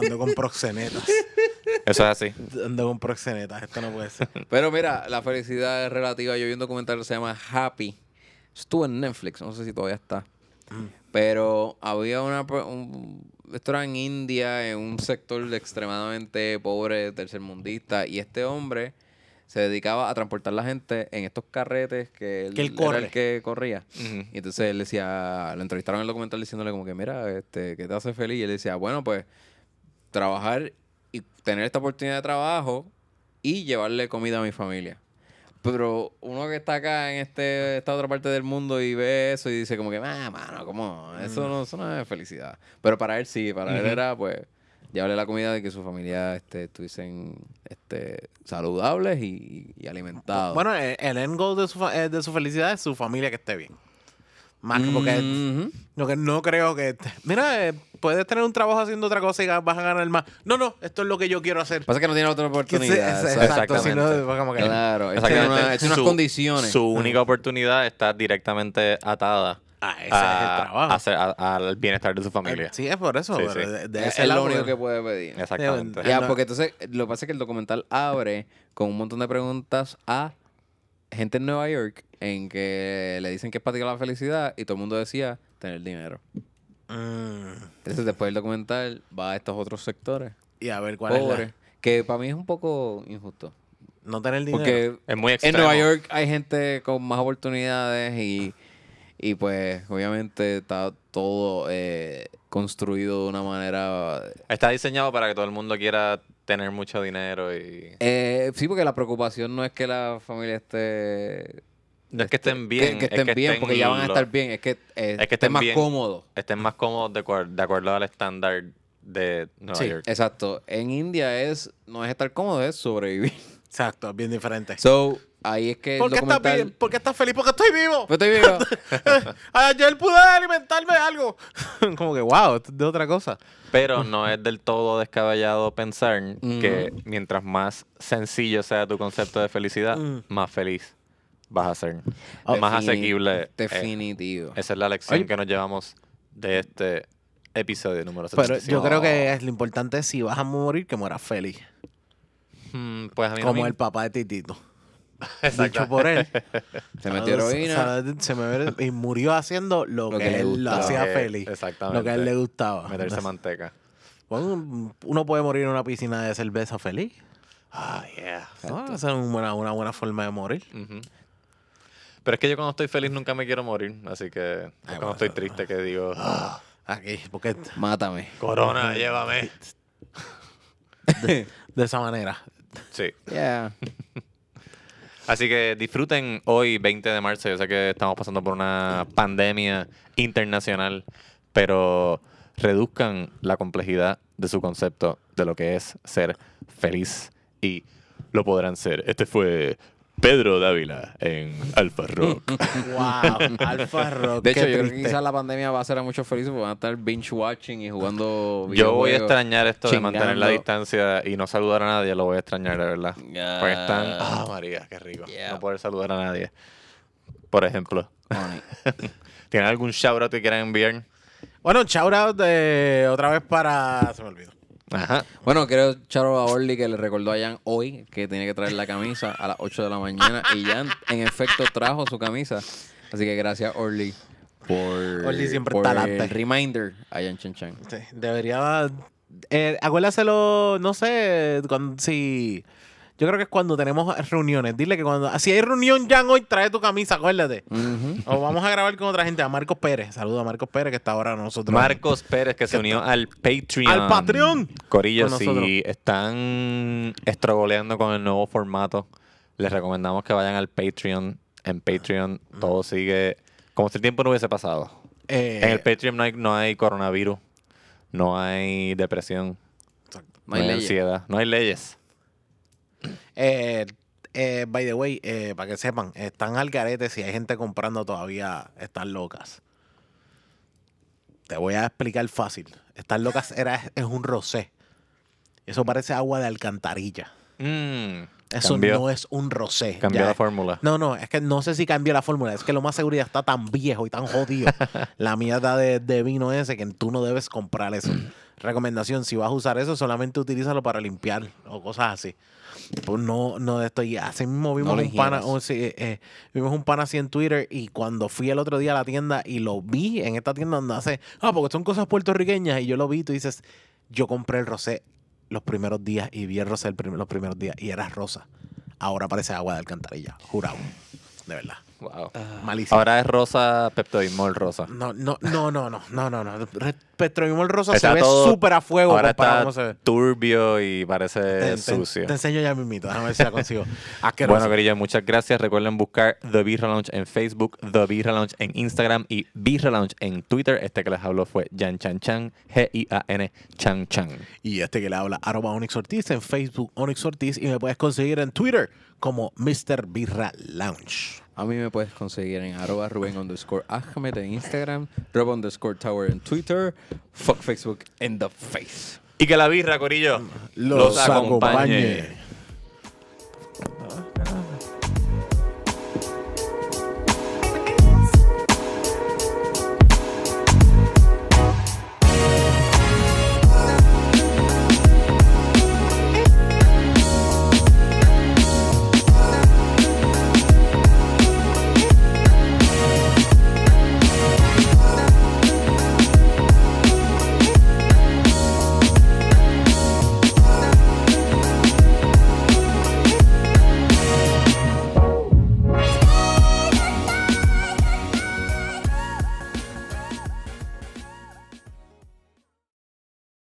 Speaker 3: ando con proxenetas.
Speaker 1: Eso es así.
Speaker 3: Ando con proxenetas. Esto no puede ser.
Speaker 2: Pero mira, la felicidad es relativa. Yo vi un documental que se llama Happy. Estuvo en Netflix, no sé si todavía está.
Speaker 3: Mm.
Speaker 2: Pero había una... per- un- esto era en India, en un sector de extremadamente pobre, tercermundista. Y este hombre se dedicaba a transportar la gente en estos carretes que él,
Speaker 3: Que él
Speaker 2: era
Speaker 3: corre.
Speaker 2: el que corría.
Speaker 1: Ujú.
Speaker 2: Y entonces él decía, lo entrevistaron en el documental diciéndole como que, mira, este, ¿qué te hace feliz? Y él decía, bueno, pues trabajar y tener esta oportunidad de trabajo y llevarle comida a mi familia. Pero uno que está acá en este, esta otra parte del mundo y ve eso y dice como que, ah, mano, ¿cómo? Eso
Speaker 3: Mm.
Speaker 2: no, eso no es felicidad. Pero para él sí, para él
Speaker 1: Ujú.
Speaker 2: era pues llevarle la comida y que su familia este, estuviesen este, saludables y, y alimentados.
Speaker 3: Bueno, eh, el end goal de su, fa- eh, de su felicidad es su familia que esté bien. Más que porque
Speaker 2: Mhm.
Speaker 3: no, que no creo que... Mira, eh, puedes tener un trabajo haciendo otra cosa y ga- vas a ganar más. No, no, esto es lo que yo quiero hacer.
Speaker 2: Pasa que no tiene otra
Speaker 3: Que se-
Speaker 2: oportunidad.
Speaker 3: es-
Speaker 2: ¿sabes?
Speaker 3: exacto, si no,
Speaker 1: Exactamente.
Speaker 3: fue como que-
Speaker 2: Claro, es
Speaker 1: Exactamente.
Speaker 2: una- es unas
Speaker 1: Su-
Speaker 2: condiciones.
Speaker 1: Su única oportunidad está directamente atada
Speaker 3: Ah, ese
Speaker 1: a-
Speaker 3: es el trabajo. Eh,
Speaker 1: a ser- a- al bienestar de su familia.
Speaker 3: Sí, es por eso.
Speaker 1: Sí,
Speaker 3: pero
Speaker 1: sí.
Speaker 3: de- de
Speaker 2: es,
Speaker 3: ese
Speaker 2: es lo
Speaker 3: lado,
Speaker 2: único
Speaker 3: porque-
Speaker 2: que puede pedir. Ya,
Speaker 1: Exactamente.
Speaker 3: Eh, Ya, no.
Speaker 2: porque entonces lo que pasa es que el documental abre con un montón de preguntas a gente en Nueva York en que le dicen que es practicar la felicidad y todo el mundo decía tener dinero.
Speaker 3: Mm,
Speaker 2: Entonces después del documental va a estos otros sectores
Speaker 3: y a ver cuál es
Speaker 2: pobres,
Speaker 3: la-
Speaker 2: que para mí es un poco injusto.
Speaker 3: No tener dinero.
Speaker 2: Porque
Speaker 1: Es muy
Speaker 2: en
Speaker 1: extremo.
Speaker 2: Nueva York hay gente con más oportunidades y, y pues obviamente está todo eh, construido de una manera
Speaker 1: Está diseñado para que todo el mundo quiera tener mucho dinero y...
Speaker 2: Eh, sí, porque la preocupación no es que la familia esté.
Speaker 1: No es que estén
Speaker 2: que-
Speaker 1: bien.
Speaker 2: Que, estén
Speaker 1: es que
Speaker 2: bien,
Speaker 1: estén
Speaker 2: porque ya van a
Speaker 1: lo-
Speaker 2: estar bien. Es que, eh,
Speaker 1: que
Speaker 2: estén
Speaker 1: estén
Speaker 2: más
Speaker 1: bien.
Speaker 2: cómodos.
Speaker 1: Estén más cómodos de, acuer- de acuerdo al estándar de Nueva
Speaker 3: Sí.
Speaker 1: York. [laughs]
Speaker 2: Exacto. En India es no es estar cómodo, es sobrevivir.
Speaker 3: Exacto, es bien diferente.
Speaker 2: So, ahí es que el
Speaker 3: ¿Por, qué estás
Speaker 2: documental...
Speaker 3: vi- por qué estás feliz? Porque estoy
Speaker 2: [laughs]
Speaker 3: vivo. [laughs]
Speaker 2: Pues estoy vivo.
Speaker 3: Ayer pude alimentarme de algo. [laughs] Como que, wow, esto es de otra cosa.
Speaker 1: Pero no es del todo descabellado pensar que mientras más sencillo sea tu concepto de felicidad,
Speaker 3: Mm. Oh,
Speaker 1: más feliz vas a ser. [laughs]
Speaker 2: Defini-
Speaker 1: más asequible. eh,
Speaker 2: Definitivo.
Speaker 1: esa es la lección
Speaker 3: Oye.
Speaker 1: que nos llevamos de este episodio número
Speaker 3: Pero
Speaker 1: 75.
Speaker 3: yo creo
Speaker 2: oh.
Speaker 3: que es lo importante es si vas a morir, que mueras feliz.
Speaker 1: Mm, pues a mí no
Speaker 3: Como
Speaker 1: me-
Speaker 3: el papá
Speaker 2: [laughs]
Speaker 3: de Titito.
Speaker 1: Exacto.
Speaker 3: Dicho por él.
Speaker 2: Se [laughs] metió heroína.
Speaker 3: O sea, se me- y murió haciendo lo,
Speaker 2: Lo
Speaker 3: que,
Speaker 2: que le
Speaker 3: él lo
Speaker 2: gustaba.
Speaker 3: hacía
Speaker 1: Lo que-
Speaker 3: feliz.
Speaker 1: exactamente.
Speaker 3: Lo que a él le gustaba. [laughs]
Speaker 1: Meterse manteca.
Speaker 3: Bueno, uno puede morir en una piscina de cerveza feliz.
Speaker 1: Ah, yeah.
Speaker 3: ¿no? Esa es una buena, una buena forma de morir.
Speaker 1: Ujú. Pero es que yo cuando estoy feliz nunca me quiero morir, así que es cuando
Speaker 3: bueno,
Speaker 1: estoy
Speaker 3: eso-
Speaker 1: triste que
Speaker 3: [gasps]
Speaker 1: digo, "Ah,
Speaker 3: Aquí, porque
Speaker 2: Mátame.
Speaker 1: Corona, llévame.
Speaker 3: de esa manera.
Speaker 1: Sí.
Speaker 2: Yeah.
Speaker 1: Así que disfruten hoy, 20 de marzo. Yo sé que estamos pasando por una pandemia internacional, pero reduzcan la complejidad de su concepto de lo que es ser feliz y lo podrán ser. Este fue Pedro Dávila en Alfa Rock.
Speaker 2: [laughs]
Speaker 3: Wow, [laughs] Alfa Rock.
Speaker 2: De hecho,
Speaker 3: qué
Speaker 2: yo creo que
Speaker 3: triste.
Speaker 2: quizás la pandemia va a hacer a muchos felices porque van a estar binge watching y jugando
Speaker 1: Yo voy a
Speaker 2: videojuegos.
Speaker 1: extrañar esto de mantener la
Speaker 2: chingando.
Speaker 1: distancia y no saludar a nadie, lo voy a extrañar, de verdad.
Speaker 2: Yeah.
Speaker 1: Porque están. ¡Ah, María, qué rico!
Speaker 2: Yeah.
Speaker 1: No poder saludar a nadie. Por ejemplo,
Speaker 2: Honey.
Speaker 1: ¿tienen algún shoutout que quieran enviar?
Speaker 3: Bueno, shout out de, otra vez para. Se me olvidó.
Speaker 1: Ajá.
Speaker 2: Bueno, creo Charo a Orly que le recordó a Jan hoy que tiene que traer la camisa a las 8 de la mañana y Jan en efecto trajo su camisa. Así que gracias Orly por,
Speaker 3: Orly siempre
Speaker 2: por
Speaker 3: está adelante.
Speaker 2: el reminder a Jan Chen Chan.
Speaker 3: Sí, debería. Eh, acuérdaselo, no sé, cuando, si. Yo creo que es cuando tenemos reuniones. Dile que cuando. Si hay reunión, Jan, hoy trae tu camisa, acuérdate.
Speaker 1: Mm.
Speaker 2: Ujú.
Speaker 3: O vamos a grabar con otra gente. A Marcos Pérez. Saludo a Marcos Pérez, que está ahora con nosotros.
Speaker 1: Marcos Pérez que se unió al Patreon.
Speaker 3: ¡Al Patreon!
Speaker 1: Corillo,
Speaker 3: Con nosotros.
Speaker 1: si están estrogoleando con el nuevo formato, les recomendamos que vayan al Patreon. En Patreon todo sigue como si el tiempo no hubiese pasado.
Speaker 3: Eh,
Speaker 1: en el Patreon no hay, no hay coronavirus, no hay depresión,
Speaker 2: No hay leyes.
Speaker 1: ansiedad, no hay leyes.
Speaker 3: eh, eh, by the way, eh, para que sepan, están al garete si hay gente comprando todavía están locas. Te voy a explicar fácil. Están locas era, es un rosé. Eso parece agua de alcantarilla.
Speaker 1: Mm,
Speaker 3: Eso
Speaker 1: cambió
Speaker 3: no es un rosé.
Speaker 1: cambió
Speaker 3: Ya-
Speaker 1: la fórmula.
Speaker 3: No, no, es que no sé si cambió la fórmula. Es que lo más seguro ya está tan viejo y tan
Speaker 1: [laughs]
Speaker 3: jodido. la mierda de, de vino ese que tú no debes comprar eso.
Speaker 1: Mm.
Speaker 3: Recomendación, si vas a usar eso, solamente utilízalo para limpiar o cosas así. Pues no, no de esto. Y así mismo vimos
Speaker 2: lo
Speaker 3: un pana,
Speaker 2: ingieras.
Speaker 3: o sí, eh, eh, vimos un pana así en Twitter y cuando fui el otro día a la tienda y lo vi en esta tienda donde hace, ah, porque son cosas puertorriqueñas y yo lo vi, tú dices, yo compré el rosé los primeros días y vi el rosé el prim- los primeros días y era rosa. Ahora parece agua de alcantarilla, jurado. De verdad.
Speaker 1: Wow.
Speaker 3: Malísimo.
Speaker 1: Ah. Ahora es rosa Peptoismol rosa.
Speaker 3: no, no, no, no, no, no, no, no. Re- Petrobimol rosa
Speaker 1: Está
Speaker 3: se ve
Speaker 1: todo-
Speaker 3: súper a fuego
Speaker 1: Ahora
Speaker 3: comparado
Speaker 1: está
Speaker 3: a cómo se ve.
Speaker 1: turbio y parece
Speaker 3: Te, te-
Speaker 1: sucio.
Speaker 3: te enseño ya mismito, déjame ver si
Speaker 1: [laughs]
Speaker 3: la consigo. Asqueroso.
Speaker 1: Bueno, queridos, muchas gracias. Recuerden buscar The Birra Lounge en Facebook, The Birra Lounge en Instagram y Birra Lounge en Twitter. Este que les habló fue Jan Chan Chan, G-I-A-N Chan Chan.
Speaker 3: Y este que le habla, arroba Onyx Ortiz en Facebook, Onyx Ortiz, y me puedes conseguir en Twitter como Mr. Birra Lounge.
Speaker 2: A mí me puedes conseguir en arroba Rubén underscore Ahmed en Instagram, Rob underscore Tower en Twitter, fuck Facebook in the face.
Speaker 1: Y que la birra, corillo,
Speaker 3: Los acompañe.